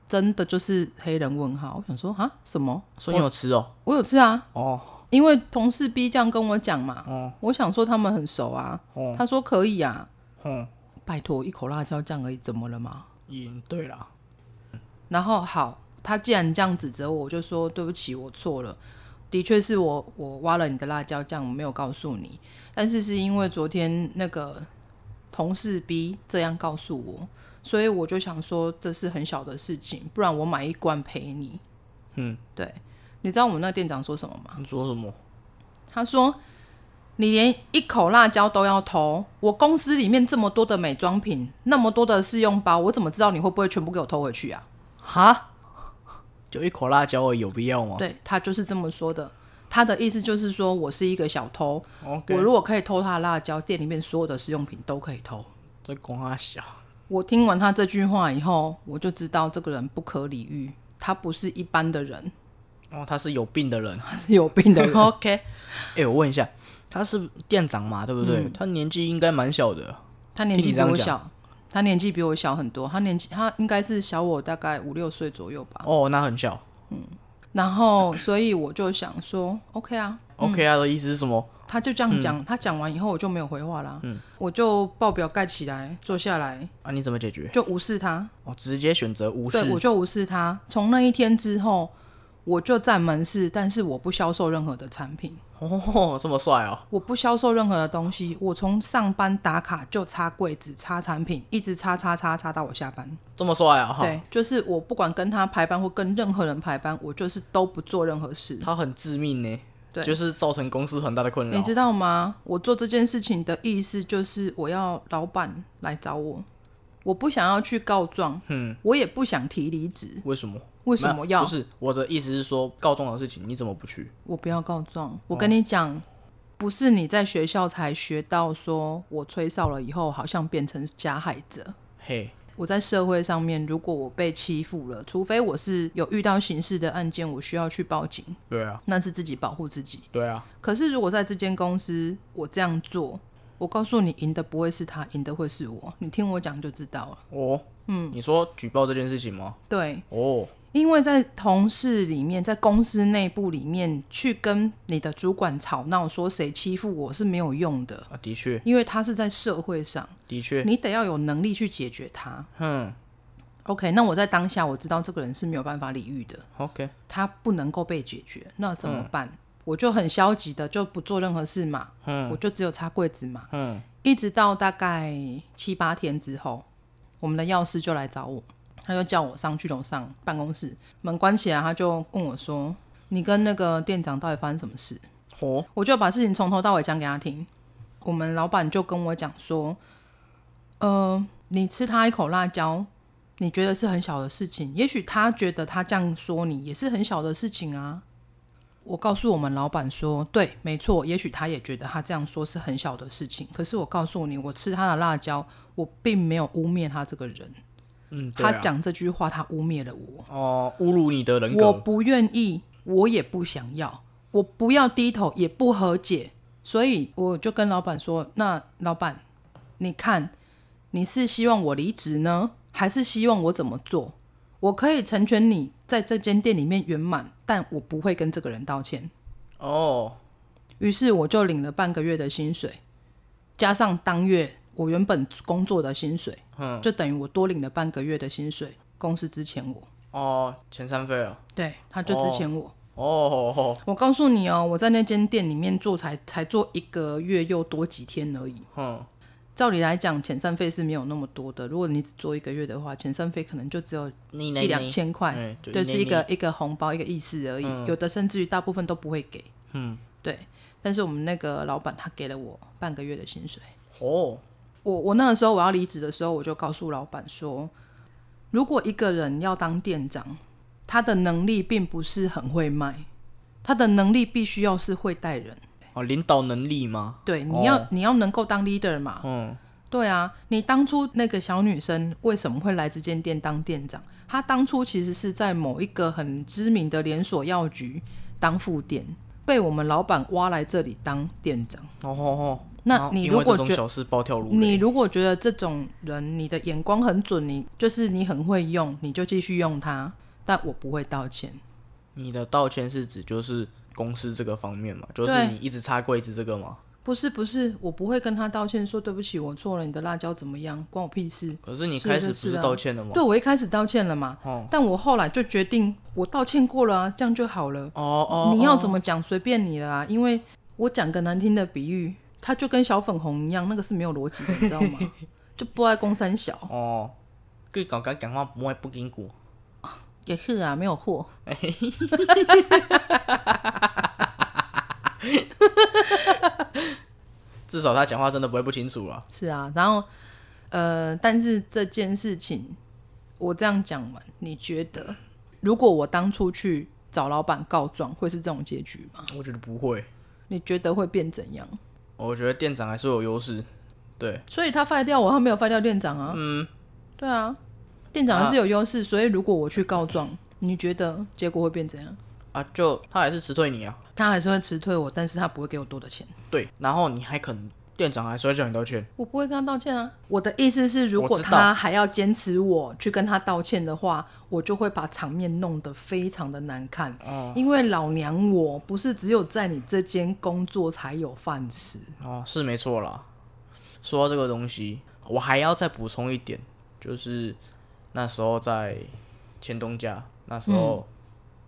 B: 真的就是黑人问号。我想说啊，什么？
A: 所以你有吃哦？
B: 我有吃啊，
A: 哦，
B: 因为同事 B 这样跟我讲嘛，
A: 哦
B: 我想说他们很熟啊，
A: 哦
B: 他说可以啊，
A: 嗯，
B: 拜托，一口辣椒酱而已，怎么了嘛？
A: 也嗯对啦，
B: 然后好，他既然这样指责我，我就说对不起，我错了，的确是我我挖了你的辣椒酱，我没有告诉你，但是是因为昨天那个同事 B 这样告诉我，所以我就想说这是很小的事情，不然我买一罐赔你。
A: 嗯，
B: 对，你知道我们那个店长说什么吗？
A: 你说什么？
B: 他说。你连一口辣椒都要偷？我公司里面这么多的美妆品，那么多的试用包，我怎么知道你会不会全部给我偷回去啊？
A: 哈？就一口辣椒而已，有必要吗？
B: 对他就是这么说的。他的意思就是说我是一个小偷，
A: ，OK，
B: 我如果可以偷他的辣椒，店里面所有的试用品都可以偷。
A: 这光他小，
B: 我听完他这句话以后，我就知道这个人不可理喻，他不是一般的人，
A: 哦，他是有病的人。
B: 他是有病的人。
A: OK，哎、我问一下，他是店长嘛，对不对？
B: 嗯
A: 他年纪应该蛮小的，
B: 他年纪
A: 听你
B: 比
A: 这样
B: 我
A: 讲
B: 小，他年纪比我小很多，他年纪他应该是小我大概五六岁左右吧。
A: 哦，那很小。
B: 然后，所以我就想说，OK 啊，
A: OK 啊，的意思是什么？
B: 他就这样讲，他讲完以后我就没有回话啦，我就报表盖起来，坐下来
A: 啊，你怎么解决？
B: 就无视他，
A: 哦，直接选择无视
B: 对，我就无视他。从那一天之后，我就站门市，但是我不销售任何的产品，
A: 哦，这么帅哦！
B: 我不销售任何的东西，我从上班打卡就擦柜子、擦产品，一直擦擦擦擦到我下班。
A: 这么帅啊！哈，
B: 对，就是我不管跟他排班或跟任何人排班，我就是都不做任何事。
A: 他很致命呢，
B: 对
A: 就是造成公司很大的困扰
B: 你。知道吗？我做这件事情的意思就是我要老板来找我，我不想要去告状，嗯，我也不想提离职。
A: 为什么？
B: 为什么
A: 没有
B: 要？
A: 就是我的意思是说，告状的事情你怎么不去？
B: 我不要告状。我跟你讲，不是你在学校才学到，说我吹哨了以后好像变成加害者。
A: 嘿，
B: 我在社会上面，如果我被欺负了，除非我是有遇到刑事的案件，我需要去报警，
A: 对啊，
B: 那是自己保护自己。
A: 对啊，
B: 可是如果在这间公司我这样做，我告诉你，赢的不会是他，赢的会是我。你听我讲就知道了。
A: 哦，嗯，你说举报这件事情吗？
B: 对，
A: 哦，
B: 因为在同事里面，在公司内部里面去跟你的主管吵闹，说谁欺负我是没有用的，
A: 啊，的确，
B: 因为他是在社会上，
A: 的确，
B: 你得要有能力去解决他。
A: 嗯
B: OK，那我在当下我知道这个人是没有办法理喻的，
A: ，OK，
B: 他不能够被解决，那怎么
A: 嗯
B: 办？我就很消极的就不做任何事嘛，我就只有擦柜子嘛，
A: 嗯，
B: 一直到大概七八天之后，我们的药师就来找我，他就叫我上去楼上办公室，门关起来，他就问我说：“你跟那个店长到底发生什么事
A: 哦，？”
B: 我就把事情从头到尾讲给他听。我们老板就跟我讲说：“呃，你吃他一口辣椒，你觉得是很小的事情，也许他觉得他这样说你也是很小的事情啊。”我告诉我们老板说，对，没错，也许他也觉得他这样说是很小的事情，可是我告诉你，我吃他的辣椒，我并没有污蔑他这个人。
A: 嗯，对
B: 他
A: 啊，
B: 讲这句话，他污蔑了我，
A: 哦，侮辱你的人
B: 我
A: 格，
B: 不愿意，我也不想要，我不要低头，也不和解，所以我就跟老板说，那老板，你看，你是希望我离职呢，还是希望我怎么做？我可以成全你在这间店里面圆满，但我不会跟这个人道歉。
A: 哦，
B: 于是我就领了半个月的薪水，加上当月我原本工作的薪水，
A: 嗯，
B: 就等于我多领了半个月的薪水。公司之前我，
A: 哦，前三费了，
B: 对，他就之前我。
A: 哦哦，哦
B: 我告诉你哦，我在那间店里面做才才做一个月又多几天而已。
A: 嗯，
B: 照理来讲，遣散费是没有那么多的。如果你只做一个月的话，遣散费可能就只有
A: 你呢
B: 一两，千块。
A: 哎，就
B: 对，
A: 你
B: 是一个一个红包一个意思而已，有的甚至于大部分都不会给。
A: 嗯，
B: 对。但是我们那个老板他给了我半个月的薪水。
A: 哦，
B: 我我那个时候我要离职的时候，我就告诉老板说，如果一个人要当店长，他的能力并不是很会卖，他的能力必须要是会带人。
A: 哦，领导能力吗？
B: 对，
A: 哦
B: 你要、你要能够当 leader 嘛。
A: 嗯，
B: 对啊，你当初那个小女生为什么会来这间店当店长？她当初其实是在某一个很知名的连锁药局当副店，被我们老板挖来这里当店长。
A: 哦哦哦，然
B: 那
A: 后
B: 你
A: 因
B: 如
A: 为这
B: 果
A: 种
B: 觉
A: 小事暴跳如
B: 你
A: 雷，
B: 如果觉得这种人你的眼光很准，你就是你很会用，你就继续用它。但我不会道歉，
A: 你的道歉是指就是公司这个方面嘛，就是
B: 对
A: 你一直擦柜子这个嘛，
B: 不是不是，我不会跟他道歉说对不起，我错了，你的辣椒怎么样，关我屁事。
A: 可是你开始不
B: 是的
A: 是
B: 啊
A: 道歉了吗？
B: 对，我一开始道歉了嘛，但我后来就决定，我道歉过了啊，这样就好了。
A: 哦哦，
B: 你要怎
A: 么？
B: 么讲随便你了啊，因为我讲个难听的比喻，它就跟小粉红一样，那个是没有逻辑的，你知道吗？就不爱攻三小
A: 哦，跟搞刚讲话不会不经过。
B: 也是啊，没有货。
A: 至少他讲话真的不会不清楚了。
B: 是啊，然后呃，但是这件事情，我这样讲完，你觉得如果我当初去找老板告状，会是这种结局吗？
A: 我觉得不会，
B: 你觉得会变怎样？
A: 我觉得店长还是有优势。对，
B: 所以他发掉我，他没有发掉店长啊。嗯，对啊，店长还是有优势，所以如果我去告状，你觉得结果会变怎样？
A: 啊，就他还是辞退你啊。
B: 他还是会辞退我，但是他不会给我多的钱，
A: 对，然后你还肯，店长还是会叫你道歉。
B: 我不会跟他道歉啊。我的意思是，如果
A: 我知道
B: 他还要坚持我去跟他道歉的话，我就会把场面弄得非常的难看。因为老娘我不是只有在你这间工作才有饭吃，
A: 哦，是没错啦。说到这个东西，我还要再补充一点，就是那时候在前东家，那时候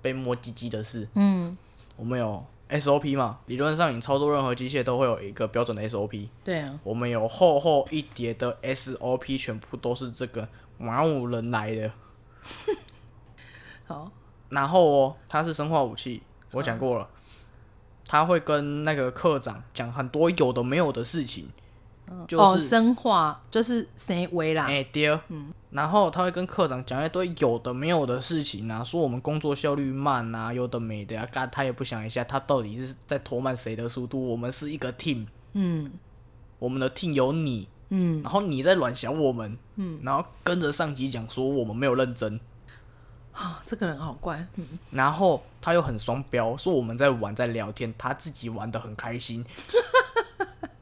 A: 被摸鸡鸡的事，嗯，我们有 SOP 嘛，理论上你操作任何机械都会有一个标准的 SOP，
B: 对啊，
A: 我们有厚厚一叠的 SOP，全部都是这个马五人来的。
B: 好，
A: 然后哦，它是生化武器，我讲过了，他会跟那个课长讲很多有的没有的事情，就
B: 哦，
A: 是
B: 生化就是谁为啦？
A: 哎、爹，嗯，然后他会跟课长讲一堆有的没有的事情啊，说我们工作效率慢啊，有的没的啊，干他也不想一下，他到底是在拖慢谁的速度？我们是一个 team，嗯，我们的 team 有你，嗯，然后你在乱想我们，嗯，然后跟着上级讲说我们没有认真，
B: 啊，这个人好怪，嗯
A: 然后他又很双标，说我们在玩在聊天，他自己玩的很开 心。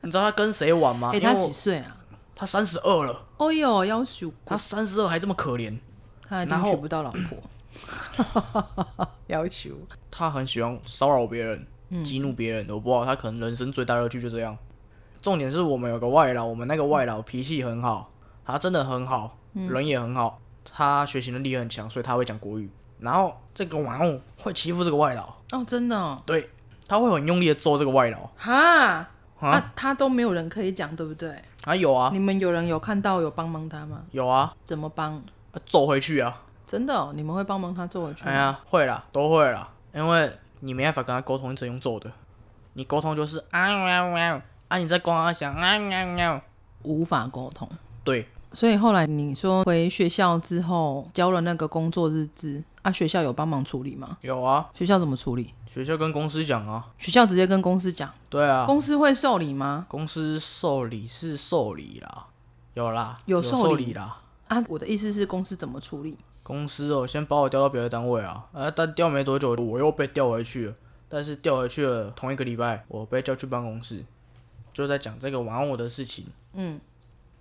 A: 你知道他跟谁玩吗？
B: 哎、
A: 因为
B: 他
A: 我
B: 几岁啊？
A: 他三十二了，
B: 哦哟，要求
A: 他三十二还这么可怜。
B: 他一定
A: 然后
B: 娶不到老婆，要求
A: 他很喜欢骚扰别人、激怒别人，我不知道他可能人生最大乐趣就这样。重点是我们有个外劳，我们那个外劳脾气很好，他真的很好，人也很好，他学习能力也很强，所以他会讲国语。然后这个玩偶会欺负这个外劳，
B: 哦，真的哦，
A: 对，他会很用力的揍这个外劳。
B: 哈啊，他都没有人可以讲，对不对？
A: 啊，有啊，
B: 你们有人有看到有帮忙他吗？
A: 有啊，
B: 怎么帮？
A: 啊揍回去啊，
B: 真的哦，你们会帮忙他做回去吗？
A: 哎呀，会啦，都会啦，因为你没办法跟他沟通，你只能用揍的。你沟通就是啊喵喵，啊你在光他想啊喵喵，
B: 无法沟通。
A: 对，
B: 所以后来你说回学校之后交了那个工作日志啊，学校有帮忙处理吗？
A: 有啊，
B: 学校怎么处理？
A: 学校跟公司讲啊，
B: 学校直接跟公司讲，
A: 对啊，
B: 公司会受理吗？
A: 公司受理是受理啦，有啦，
B: 有受
A: 受
B: 理
A: 啦。
B: 啊，我的意思是公司怎么处理？
A: 公司哦，先把我调到别的单位啊，呃，但调没多久，我又被调回去了。但是调回去了同一个礼拜，我被叫去办公室，就在讲这个玩偶的事情。嗯，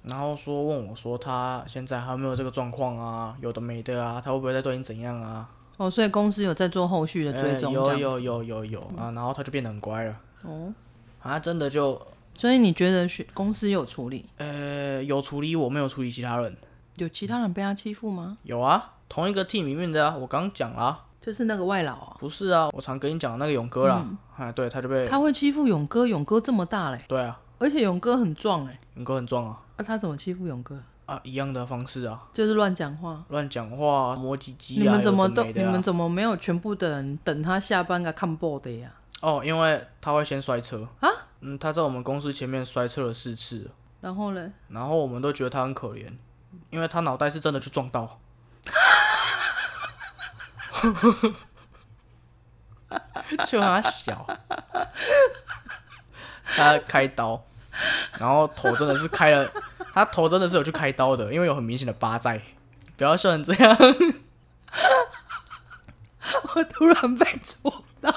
A: 然后说问我说他现在还有没有这个状况啊，有的没的啊，他会不会再对你怎样啊？
B: 哦，所以公司有在做后续的追
A: 呃
B: 踪、这样
A: 有
B: 子
A: 有有有有啊，然后他就变得很乖了。哦，啊，真的就
B: 所以你觉得学公司有处理？
A: 呃有处理我，没有处理其他人。
B: 有其他人被他欺负吗？
A: 有啊，同一个 team 里面的啊，我刚讲啦，
B: 就是那个外劳啊，
A: 不是啊，我常跟你讲的那个勇哥啦，
B: 嗯
A: 啊，对，他就被，
B: 他会欺负勇哥，勇哥这么大嘞，
A: 对啊，
B: 而且勇哥很壮哎，
A: 勇哥很壮啊，
B: 那、他怎么欺负勇哥？
A: 啊，一样的方式啊，
B: 就是乱讲话。
A: 乱讲话啊，摸鸡鸡啊，
B: 你们怎么
A: 有的
B: 都、
A: 没
B: 你
A: 的啊
B: 们怎么没有全部的人等他下班给他看 b o 的呀？
A: 哦，因为他会先摔车啊，嗯，他在我们公司前面摔车了四次，
B: 然后 嘞，
A: 然后我们都觉得他很可怜，因为他脑袋是真的去撞到， 就他小， 他开刀，然后头真的是开了， 他头真的是有去开刀的，因为有很明显的疤在。不要笑成这 样，
B: 我突然被戳到，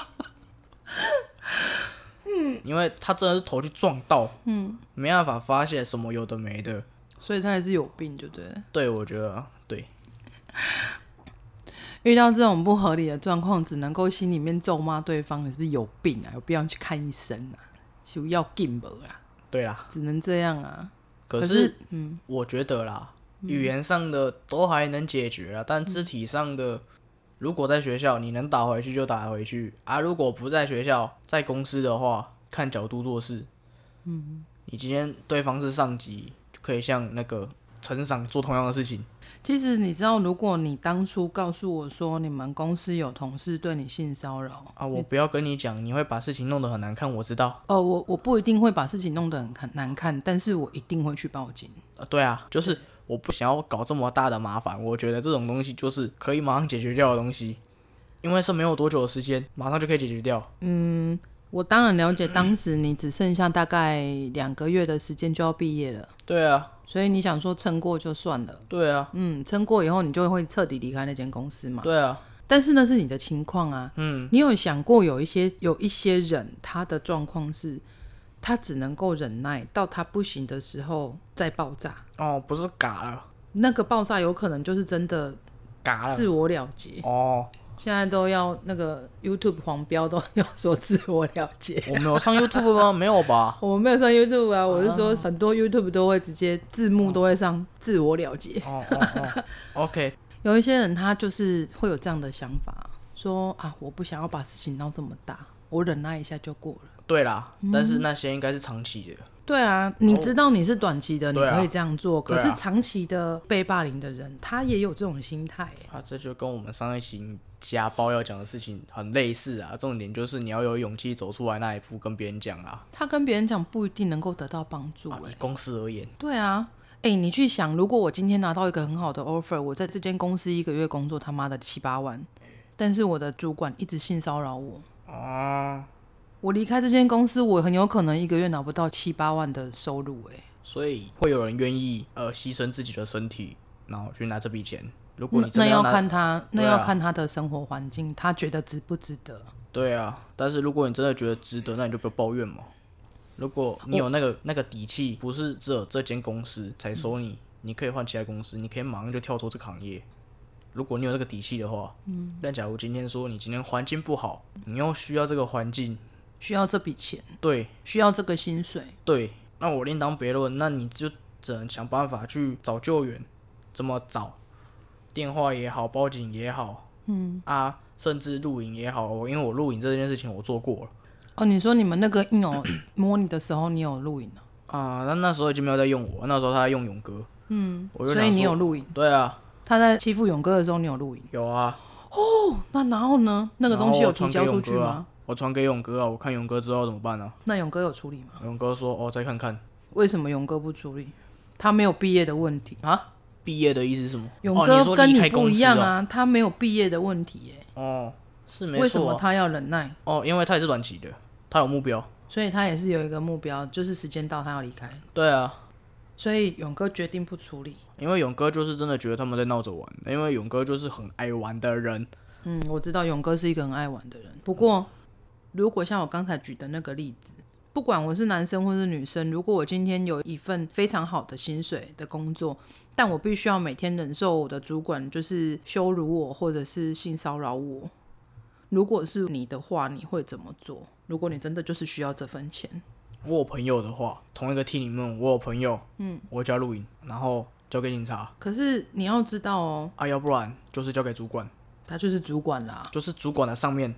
A: 因为他真的是头去撞到，嗯，没办法发现什么有的没的。
B: 所以他还是有病，就对了。
A: 对，我觉得对，
B: 遇到这种不合理的状况，只能够心里面咒骂对方，你是不是有病啊？有必要去看医生啊？就要进步啦，
A: 对啦，
B: 只能这样啊。
A: 可
B: 可
A: 是
B: 是，嗯，
A: 我觉得啦，语言上的都还能解决啦，但肢体上的，如果在学校你能打回去就打回去啊，如果不在学校，在公司的话，看角度做事。嗯，你今天对方是上级，就可以像那个陈赏做同样的事情。
B: 其实你知道，如果你当初告诉我说你们公司有同事对你性骚扰，
A: 啊，我不要跟你讲，你会把事情弄得很难看，我知道。
B: 哦，我我不一定会把事情弄得很很难看，但是我一定会去报警。
A: 啊，对啊，就是我不想要搞这么大的麻烦，我觉得这种东西就是可以马上解决掉的东西，因为是没有多久的时间，马上就可以解决掉。
B: 我当然了解，当时你只剩下大概两个月的时间就要毕业了，
A: 对啊，
B: 所以你想说撑过就算了，
A: 对啊，
B: 嗯，撑过以后你就会彻底离开那间公司嘛。
A: 对啊，
B: 但是那是你的情况啊，嗯，你有想过有一些有一些人他的状况是，他只能够忍耐到他不行的时候再爆炸，
A: 哦，不是嘎了，
B: 那个爆炸有可能就是真的
A: 嘎了，
B: 自我了结。
A: 哦，
B: 现在都要那个 YouTube 黄标都要说自我了结。
A: 我没有上 YouTube 吗？没有吧？
B: 我们没有上 YouTube 啊，我是说很多 YouTube 都会直接字幕都会上自我了结。
A: 哦哦哦 ，OK，
B: 有一些人他就是会有这样的想法，说啊，我不想要把事情闹这么大，我忍耐一下就过了。
A: 对啦，但是那些应该是长期的，
B: 对啊，你知道你是短期的，你
A: 对啊
B: 可以这样做。
A: 对
B: 可
A: 啊
B: 是长期的被霸凌的人，他也有这种心态欸、
A: 啊，这就跟我们上一期家暴要讲的事情很类似啊。重点就是你要有勇气走出来那一步，跟别人讲啊。
B: 他跟别人讲不一定能够得到帮助、欸。
A: 啊，以公司而言，
B: 对啊，哎、你去想，如果我今天拿到一个很好的 offer，我在这间公司一个月工作他妈的七八万，但是我的主管一直性骚扰我，
A: 啊，
B: 我离开这间公司，我很有可能一个月拿不到七八万的收入、欸，
A: 所以会有人愿意呃牺牲自己的身体，然后去拿这笔钱。如果
B: 那
A: 你真
B: 那
A: 的要
B: 要
A: 拿，
B: 看他，那
A: 对啊
B: 要看他的生活环境，他觉得值不值得。
A: 对啊，但是如果你真的觉得值得，那你就不要抱怨嘛。如果你有那个那个底气，不是只有这间公司才收你，你可以换其他公司，你可以马上就跳脱这个行业。如果你有这个底气的话，嗯，但假如今天说你今天环境不好，你又需要这个环境，
B: 需要这笔钱，
A: 对
B: 需要这个薪水，
A: 对，那我另当别论，那你就只能想办法去找救援，怎么找？电话也好，报警也好，嗯啊，甚至录影也好，我因为我录影这件事情我做过了。
B: 哦，你说你们那个硬 偶摸你的时候，你有录影啊？
A: 啊，那那时候已经没有在用我，那时候他在用勇哥。嗯，我就
B: 所以
A: 想
B: 你有
A: 说
B: 录影。
A: 对啊，
B: 他在欺负勇哥的时候，你有录影。
A: 有啊，
B: 哦，那然后呢？那个东
A: 然
B: 西
A: 后
B: 有
A: 我
B: 提
A: 传
B: 交
A: 给
B: 出
A: 勇
B: 去
A: 哥啊
B: 吗？，
A: 我传给勇哥啊，我看勇哥之后怎么办呢、
B: 那勇哥有处理吗？
A: 勇哥说哦，再看看
B: 为什么勇哥不处理？他没有毕业的问题。
A: 啊。毕业的意思是什么？
B: 勇
A: 哦
B: 哥
A: 说
B: 跟
A: 离
B: 你
A: 开
B: 不
A: 公
B: 一
A: 司
B: 样
A: 哦。
B: 啊，他没有毕业的问题耶、
A: 哦，是没
B: 为什
A: 错
B: 么
A: 啊、
B: 他要忍耐？
A: 哦，因为他也是短期的，他有目标。
B: 所以他也是有一个目标，就是时间到他要离开。
A: 对啊，
B: 所以勇哥决定不处理。
A: 因为勇哥就是真的觉得他们在闹着玩，因为勇哥就是很爱玩的人。
B: 嗯，我知道勇哥是一个很爱玩的人。不过，如果像我刚才举的那个例子，不管我是男生或是女生，如果我今天有一份非常好的薪水的工作，但我必须要每天忍受我的主管就是羞辱我或者是性骚扰我，如果是你的话，你会怎么做？如果你真的就是需要这份钱，
A: 我有朋友的话，同一个 team 里面，我有朋友，嗯，我叫录影，然后交给警察
B: 可是你要知道哦，
A: 啊，要不然就是交给主管。
B: 他就是主管啦。
A: 就是主管的上面。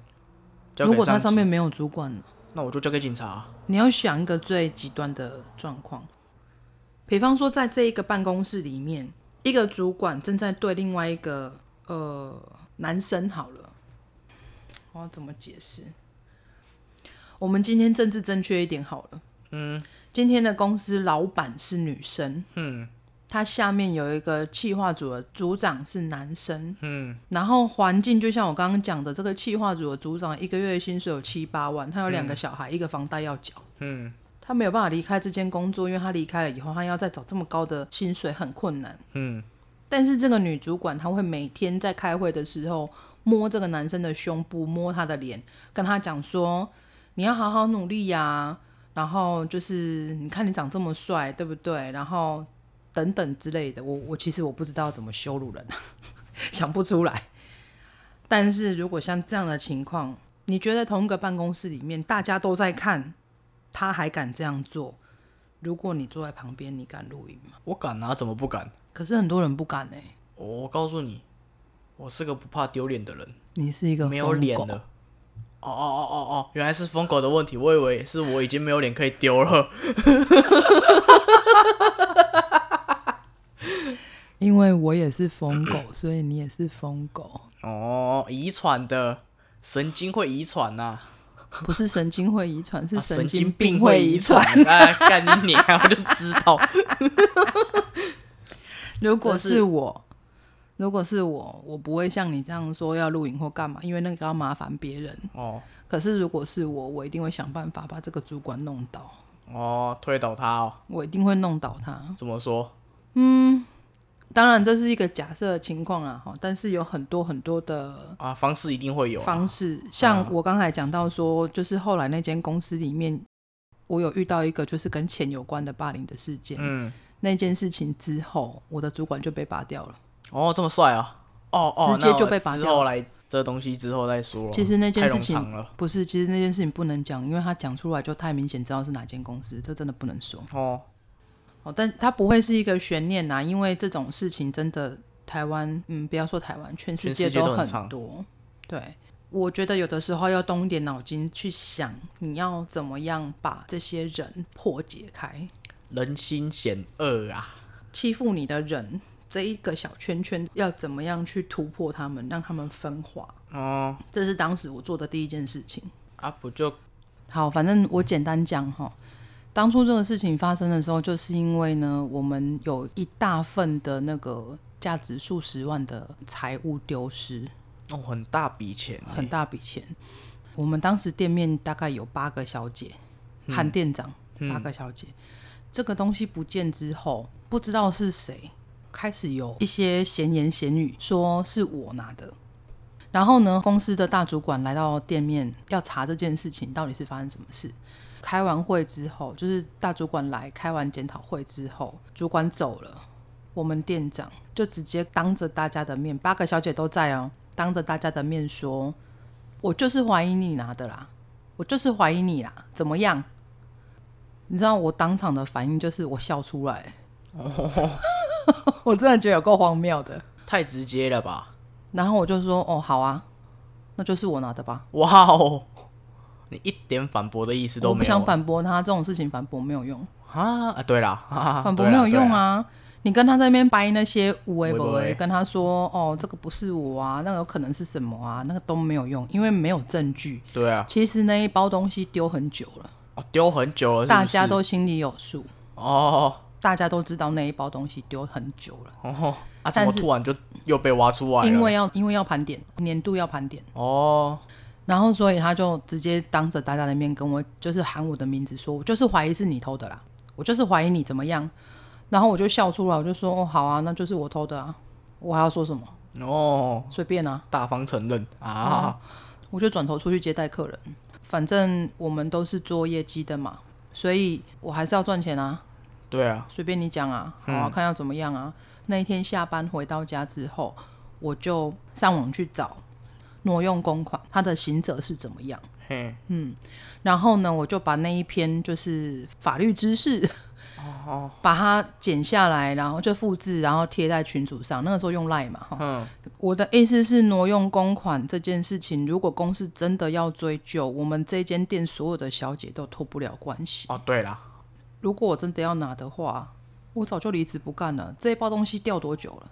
A: 交给
B: 如果他
A: 级
B: 上面，没有主管呢？
A: 那我就交给警察啊。
B: 你要想一个最极端的状况，比方说，在这一个办公室里面，一个主管正在对另外一个呃男生好了，我要怎么解释？我们今天政治正确一点好了，嗯，今天的公司老板是女生，嗯，她下面有一个企划组的组长是男生，嗯，然后环境就像我刚刚讲的，这个企划组的组长一个月薪水有七八万，他有两个小孩，一个房贷要缴。他没有办法离开这间工作，因为他离开了以后，他要再找这么高的薪水很困难。嗯，但是这个女主管她会每天在开会的时候摸这个男生的胸部，摸他的脸，跟他讲说：“你要好好努力呀、然后就是你看你长这么帅，对不对？然后等等之类的。我我其实我不知道怎么羞辱人，想不出来。但是如果像这样的情况，你觉得同一个办公室里面大家都在看，他还敢这样做，如果你坐在旁边，你敢录影吗？
A: 我敢啊，怎么不敢？
B: 可是很多人不敢哎、
A: 我告诉你，我是个不怕丢脸的人，
B: 你是一个
A: 没有脸
B: 嗯疯狗
A: 了。哦哦哦哦哦，原来是疯狗的问题，我以为是我已经没有脸可以丢了。
B: 因为我也是疯狗，所以你也是疯狗，
A: 哦，遗传的，神经会遗传呐、
B: 不是神经会遗传，是
A: 啊神
B: 经
A: 病
B: 会
A: 遗。
B: 遗传。
A: 哎，干你娘！我就知道，
B: 如果
A: 但是
B: 是我，如果是我，我不会像你这样说要录影或干嘛，因为那个要麻烦别人。
A: 哦
B: 可是如果是我，我一定会想办法把这个主管弄倒，
A: 哦，推倒他哦，
B: 我一定会弄倒他。嗯
A: 怎么说？
B: 当然，这是一个假设的情况啊，哈，但是有很多很多的
A: 啊，方式一定会有、啊。
B: 方式，像我刚才讲到说，就是后来那间公司里面，我有遇到一个就是跟钱有关的霸凌的事件。
A: 嗯，
B: 那件事情之后，我的主管就被拔掉了。
A: 哦，这么帅啊！哦哦，
B: 直接就
A: 那我
B: 被拔
A: 之
B: 掉
A: 后来这东西之后再说了。
B: 其实那件
A: 太
B: 事
A: 冗
B: 情
A: 长了。
B: 不是，其实那件事情不能讲，因为他讲出来就太明显，知道是哪间公司，这真的不能说。
A: 哦，
B: 哦，但他不会是一个悬念呐、因为这种事情真的台湾，嗯，不要说台湾，全世
A: 全世界
B: 都
A: 都很
B: 很
A: 长
B: 多。对，我觉得有的时候要动一点脑筋去想，你要怎么样把这些人破解开，
A: 人心险恶啊！
B: 欺负你的人这一个小圈圈要怎么样去突破他们，让他们分化。
A: 哦，
B: 这是当时我做的第一件事情。
A: 啊不就
B: 好，反正我简单讲哈。当初这个事情发生的时候，就是因为呢，我们有一大份的那个价值数十万的财务丢失，
A: 哦很大笔钱欸，
B: 很大笔钱。我们当时店面大概有八个小姐，含店长八个小姐。这个东西不见之后，不知道是谁开始有一些闲言闲语，说是我拿的。然后呢，公司的大主管来到店面要查这件事情到底是发生什么事。开完会之后，就是大主管来开完检讨会之后，主管走了，我们店长就直接当着大家的面，八个小姐都在哦，当着大家的面说：“我就是怀疑你拿的啦，我就是怀疑你啦，怎么样？”你知道我当场的反应就是我笑出来，
A: 哦
B: 我真的觉得有够荒谬的。
A: 太直接了吧？
B: 然后我就说：“哦，好啊，那就是我拿的吧。”
A: 哇哦，你一点反驳的意思都
B: 我不
A: 没
B: 想
A: 有
B: 反驳他，这种事情反驳没有用，
A: 啊！啊对啦，哈哈
B: 反驳
A: 对
B: 没
A: 啦
B: 有用
A: 对啦
B: 啊！你跟他在那边掰那些无为不
A: 有的没
B: 为，
A: 的
B: 跟他说哦，这个不是我啊，那个有可能是什么啊，那个都没有用，因为没有证据。
A: 对啊，
B: 其实那一包东西丢很久了，
A: 哦丢很久了是不是，
B: 大家都心里有数，
A: 哦
B: 大家都知道那一包东西丢很久了，
A: 哦啊！怎
B: 但
A: 么
B: 是
A: 突然就又被挖出来了？
B: 因为要因为要盘点年度要盘点，
A: 哦
B: 然后所以他就直接当着大家的面跟我就是喊我的名字说，我就是怀疑是你偷的啦，我就是怀疑你怎么样，然后我就笑出来，我就说哦好啊，那就是我偷的啊，我还要说什么？
A: 哦，
B: 随便啊，
A: 大方承认
B: 哦
A: 啊！
B: 我就转头出去接待客人，反正我们都是做业绩的嘛，所以我还是要赚钱啊。
A: 对啊，
B: 随便你讲啊，好啊，看要怎么样啊。那一天下班回到家之后，我就上网去找挪用公款，它的行者是怎么样。
A: 嘿，
B: 然后呢，我就把那一篇就是法律知识，哦，把它剪下来，然后就复制，然后贴在群组上。那个时候用 Line 嘛，哈。
A: 嗯，
B: 我的意思是，挪用公款这件事情，如果公司真的要追究，我们这间店所有的小姐都脱不了关系。
A: 哦对啦，
B: 如果我真的要拿的话，我早就离职不干了。这一包东西掉多久了，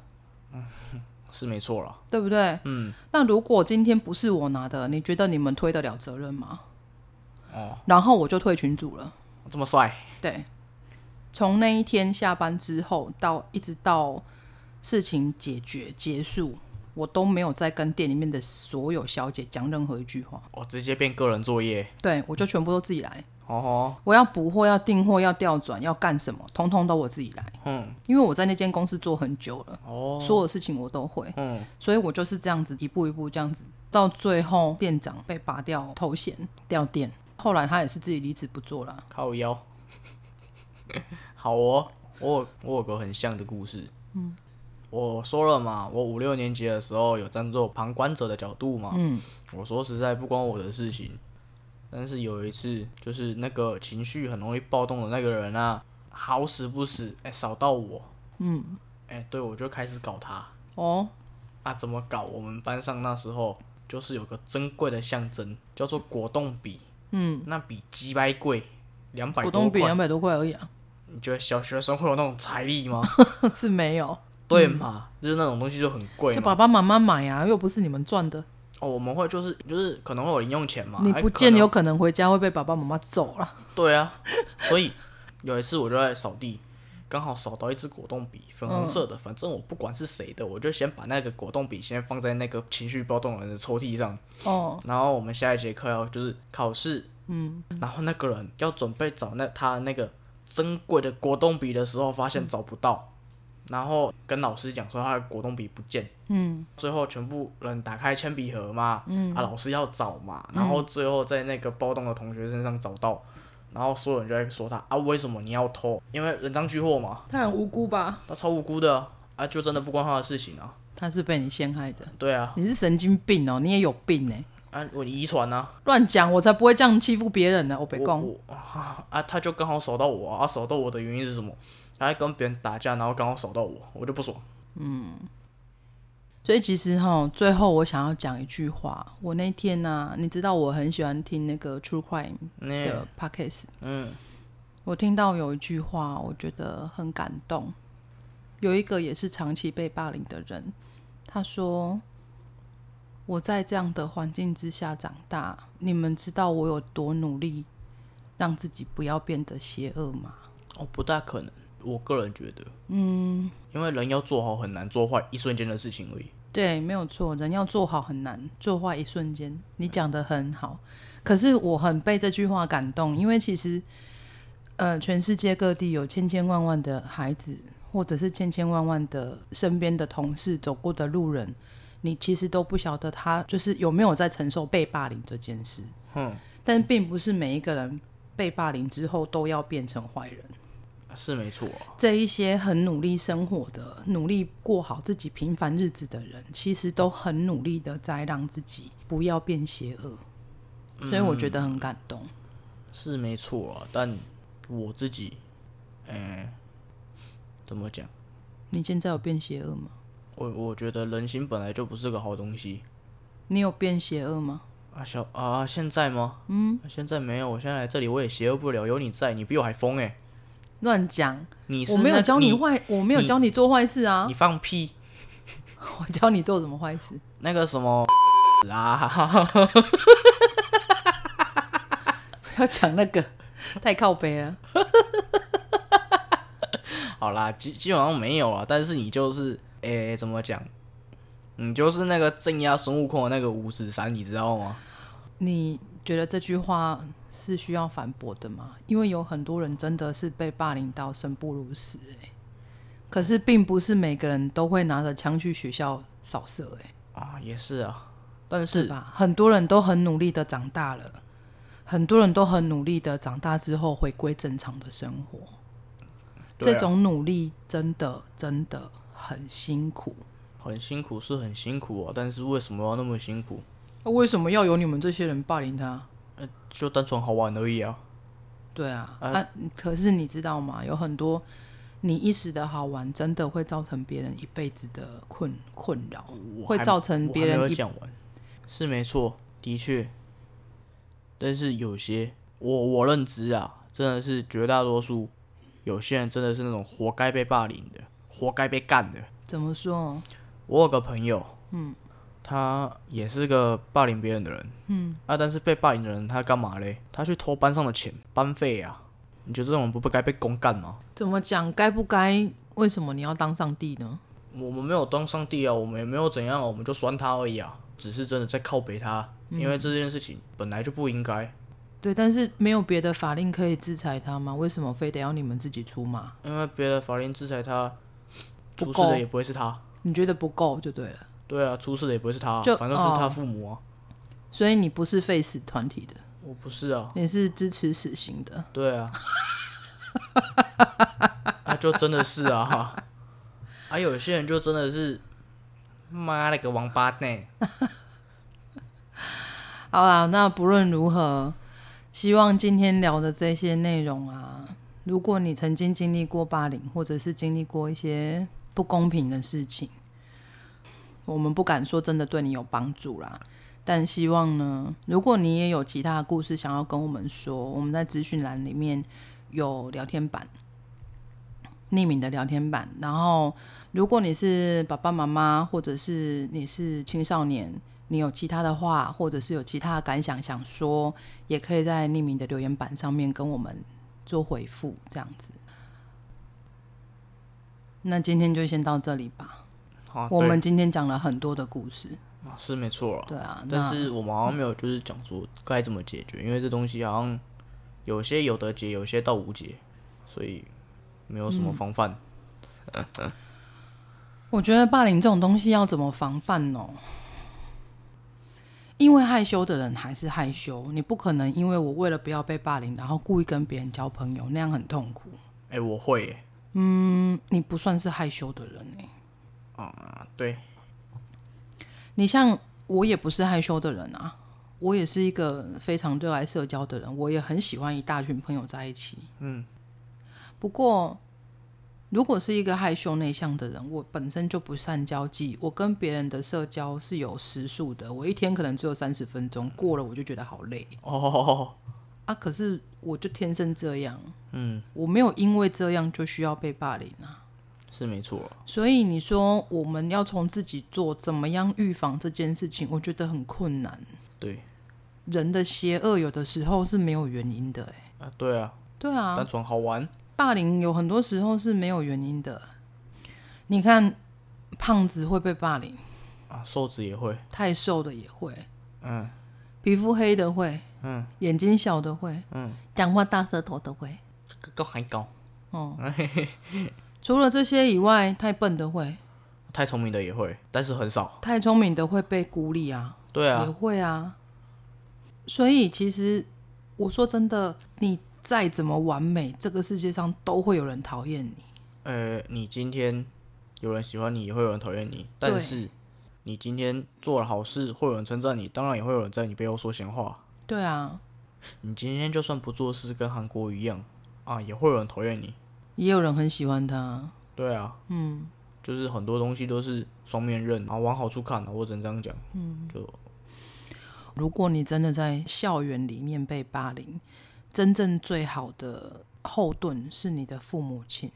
A: 是没错啦。
B: 对不对？嗯。那如果今天不是我拿的，你觉得你们推得了责任吗？
A: 哦，
B: 然后我就退群组了。
A: 这么帅，
B: 对，从那一天下班之后到一直到事情解决结束，我都没有再跟店里面的所有小姐讲任何一句话。
A: 我、直接变个人作业。
B: 对我就全部都自己来。
A: 哦
B: 我要补货、要订货、要调转、要干什么，通通都我自己来。
A: 嗯，
B: 因为我在那间公司做很久了，
A: 哦，
B: 所有事情我都会，
A: 嗯，
B: 所以我就是这样子一步一步这样子，到最后店长被拔掉头衔掉店，后来他也是自己离职不做了。
A: 靠腰。 好哦，我有我有个很像的故事。嗯，我说了嘛，我五六年级的时候有站做旁观者的角度嘛。嗯，我说实在不关我的事情，但是有一次，就是那个情绪很容易暴动的那个人啊，好死不死，哎、扫到我，
B: 嗯，
A: 哎、对我就开始搞他
B: 哦，
A: 啊，怎么搞？我们班上那时候就是有个珍贵的象征，叫做果冻笔，
B: 嗯，
A: 那笔鸡掰贵，两百
B: 股
A: 多
B: 东比
A: 块
B: 两，百多块而已啊，
A: 你觉得小学生会有那种财力吗？
B: 是没有，
A: 对嘛，就是那种东西就很贵
B: 就
A: 嘛。
B: 爸爸妈妈买啊，又不是你们赚的，
A: 哦，我们会就是就是可能会有零用钱嘛，
B: 你
A: 哎
B: 不见
A: 可能
B: 有可能回家会被爸爸妈妈揍了。
A: 对啊，所以有一次我就在扫地，刚好扫到一支果冻笔，粉红色
B: 嗯
A: 的，反正我不管是谁的，我就先把那个果冻笔先放在那个情绪暴动的人的抽屉上，
B: 哦，
A: 然后我们下一节课要就是考试，嗯，然后那个人要准备找那他那个珍贵的果冻笔的时候，发现找不到，然后跟老师讲说他的果冻笔不见，
B: 嗯，
A: 最后全部人打开铅笔盒嘛，嗯，啊，老师要找嘛，然后最后在那个暴动的同学身上找到，然后所有人就在说他啊，为什么你要偷？因为人赃俱获嘛，
B: 他很无辜吧？
A: 他超无辜的啊啊，就真的不关他的事情啊，
B: 他是被你陷害的，
A: 对啊，
B: 你是神经病哦，你也有病呢、
A: 啊，我遗传啊，
B: 乱讲，我才不会这样欺负别人呢、我被
A: 我
B: 供。
A: 我啊啊，他就刚好扫到我啊，啊扫到我的原因是什么？他在跟别人打架，然后刚好扫到我，我就不爽。
B: 所以其实哈，最后我想要讲一句话。我那天呢、你知道我很喜欢听那个 True Crime
A: 那、
B: 的 Podcast，、
A: 嗯，
B: 我听到有一句话，我觉得很感动。有一个也是长期被霸凌的人，他说：“我在这样的环境之下长大，你们知道我有多努力让自己不要变得邪恶吗？”
A: 哦，不大可能，我个人觉得，嗯，因为人要做好很难，做坏一瞬间的事情而已。
B: 对，没有错，人要做好很难，做坏一瞬间。你讲的很好，可是我很被这句话感动，因为其实，呃，全世界各地有千千万万的孩子，或者是千千万万的身边的同事、走过的路人，你其实都不晓得他就是有没有在承受被霸凌这件事。
A: 哼，
B: 但并不是每一个人被霸凌之后都要变成坏人。
A: 是没错啊、
B: 这一些很努力生活的、努力过好自己平凡日子的人，其实都很努力的在让自己不要变邪恶，所以我觉得很感动。
A: 是没错啊。但我自己，嗯、怎么讲？
B: 你现在有变邪恶吗？
A: 我我觉得人心本来就不是个好东西
B: 你有变邪恶吗？
A: 啊。小啊，现在吗？嗯，现在没有。我现在来这里，我也邪恶不了，有你在，你比我还疯哎、
B: 乱讲，
A: 你是
B: 我没
A: 那
B: 有教你
A: 你
B: 坏，我没有
A: 你
B: 教你做坏事啊
A: 你，放屁。
B: 我教你做什么坏事？
A: 那个什 么啊，
B: 不要讲那个，太靠背了。
A: 好啦，基基本上没有啊，但是你就是，诶、怎么讲？你就是那个镇压孙悟空的那个五指山，你知道吗？
B: 你觉得这句话是需要反驳的吗？因为有很多人真的是被霸凌到生不如死、欸，可是并不是每个人都会拿着枪去学校扫射、欸，
A: 啊，也是啊，但
B: 对
A: 是
B: 吧？很多人都很努力的长大了，很多人都很努力的长大之后回归正常的生活，
A: 对啊
B: 这种努力真的真的很辛苦。
A: 很辛苦是很辛苦啊，但是为什么要那么辛苦？
B: 那为什么要有你们这些人霸凌他？
A: 就单纯好玩而已啊。
B: 对啊，啊，可是你知道吗？有很多你一时的好玩，真的会造成别人一辈子的困困扰，
A: 我
B: 会
A: 还
B: 造成
A: 我
B: 别
A: 还
B: 人
A: 没有
B: 一
A: 讲完，是没错，的确。但是有些我我认知啊，真的是绝大多数，有些人真的是那种活该被霸凌的，活该被干的。
B: 怎么说？
A: 我有个朋友，嗯，他也是个霸凌别人的人，嗯啊，但是被霸凌的人他干嘛嘞？他去偷班上的钱，班费啊。你觉得这种人不不该被公干吗？
B: 怎么讲？该不该？为什么你要当上帝呢？
A: 我们没有当上帝啊，我们也没有怎样啊，我们就酸他而已啊，只是真的在靠北他，
B: 嗯
A: 因为这件事情本来就不应该，
B: 对，但是没有别的法令可以制裁他吗？为什么非得要你们自己出马？
A: 因为别的法令制裁他，
B: 不
A: 出事
B: 够
A: 的也不会是他，
B: 你觉得不够就对了，
A: 对啊，出事的也不会是他啊、
B: 就
A: 反正是他
B: 哦
A: 父母啊，
B: 所以你不是 face 团体的，
A: 我不是啊，
B: 你是支持死刑的。
A: 对啊，啊，就真的是啊，哈，啊，有些人就真的是，妈了个王八蛋！
B: 好啦，那不论如何，希望今天聊的这些内容啊，如果你曾经经历过霸凌，或者是经历过一些不公平的事情，我们不敢说真的对你有帮助啦。但希望呢，如果你也有其他的故事想要跟我们说，我们在资讯栏里面有聊天板，匿名的聊天板。然后，如果你是爸爸妈妈，或者是你是青少年，你有其他的话，或者是有其他的感想想说，也可以在匿名的留言板上面跟我们做回复，这样子。那今天就先到这里吧。
A: 好，
B: 我
A: 啊对
B: 们今天讲了很多的故事，
A: 啊是没错啦，
B: 对啊，
A: 但
B: 那
A: 是我们好像没有就是讲说该怎么解决，因为这东西好像有些有得解，有些到无解，所以没有什么防范。
B: 我觉得霸凌这种东西要怎么防范哦？因为害羞的人还是害羞，你不可能因为我为了不要被霸凌，然后故意跟别人交朋友，那样很痛苦。
A: 哎、我会耶、
B: 嗯，你不算是害羞的人哎、
A: 啊，对，
B: 你像我也不是害羞的人啊，我也是一个非常热爱社交的人，我也很喜欢一大群朋友在一起。嗯，不过如果是一个害羞内向的人，我本身就不善交际，我跟别人的社交是有时数的，我一天可能只有三十分钟，过了我就觉得好累
A: 哦，
B: 啊。可是我就天生这样，嗯，我没有因为这样就需要被霸凌啊。
A: 是没错啦，
B: 所以你说我们要从自己做，怎么样预防这件事情？我觉得很困难。
A: 对
B: 人的邪恶有的时候是没有原因的、欸，
A: 啊，对啊，
B: 对啊
A: 单，纯好玩，
B: 霸凌有很多时候是没有原因的。你看，胖子会被霸凌，
A: 啊，瘦子也会，
B: 太瘦的也会，嗯，皮肤黑的会，嗯，眼睛小的会，嗯，讲话大舌头的会。
A: 高还高，
B: 除了这些以外，太笨的会，
A: 太聪明的也会，但是很少。
B: 太聪明的会被孤立啊。
A: 对啊
B: 也，会啊。所以其实我说真的，你再怎么完美，这个世界上都会有人讨厌你。
A: 呃，你今天有人喜欢你，也会有人讨厌你，但
B: 对
A: 是你今天做了好事，会有人称赞你，当然也会有人在你背后说闲话。
B: 对啊，
A: 你今天就算不做事，跟韩国一样啊，也会有人讨厌你。
B: 也有人很喜欢他。
A: 对啊，嗯，就是很多东西都是双面刃啊，往好处看啊，我只能这样讲。嗯，就
B: 如果你真的在校园里面被霸凌，真正最好的后盾是你的父母亲。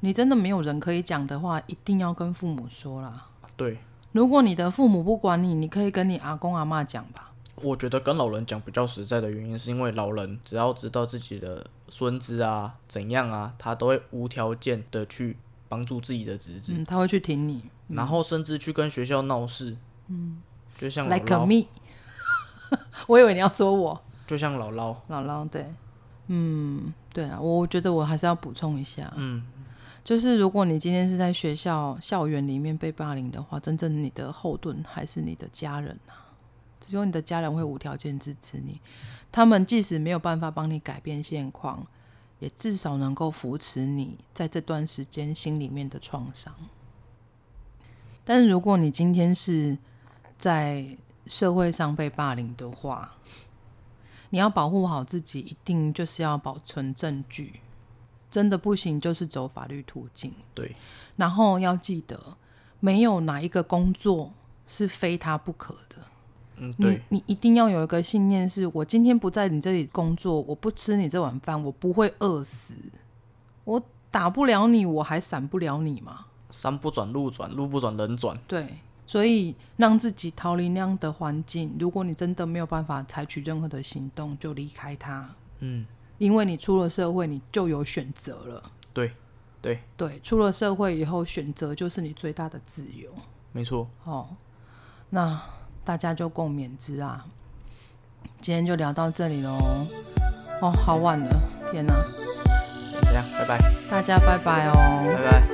B: 你真的没有人可以讲的话，一定要跟父母说啦。
A: 对，
B: 如果你的父母不管你，你可以跟你阿公阿妈讲吧。
A: 我觉得跟老人讲比较实在的原因，是因为老人只要知道自己的孙子啊怎样啊，他都会无条件的去帮助自己的侄子。
B: 嗯，他会去挺你。
A: 然后甚至去跟学校闹事，嗯，就像姥
B: Like
A: 姥，
B: me，我以为你要说我。
A: 就像姥姥，
B: 姥姥对，嗯，对了，我觉得我还是要补充一下，嗯，就是如果你今天是在学校校园里面被霸凌的话，真正你的后盾还是你的家人啊，只有你的家人会无条件支持你，他们即使没有办法帮你改变现况，也至少能够扶持你在这段时间心里面的创伤。但是如果你今天是在社会上被霸凌的话，你要保护好自己，一定就是要保存证据，真的不行就是走法律途径。
A: 对，
B: 然后要记得，没有哪一个工作是非他不可的。
A: 嗯，
B: 你
A: 对，
B: 你一定要有一个信念是，我今天不在你这里工作，我不吃你这碗饭，我不会饿死，我打不了你，我还闪不了你嘛。
A: 山不转路转，路不转人转，
B: 对，所以让自己逃离那样的环境。如果你真的没有办法采取任何的行动，就离开它。
A: 嗯，
B: 因为你出了社会，你就有选择了。
A: 对，对，
B: 对，出了社会以后，选择就是你最大的自由。
A: 没错，
B: 哦，那大家就共勉之啊。今天就聊到这里喽。哦，好晚了，天哪！
A: 这样，拜拜，
B: 大家拜拜哦。
A: 拜拜。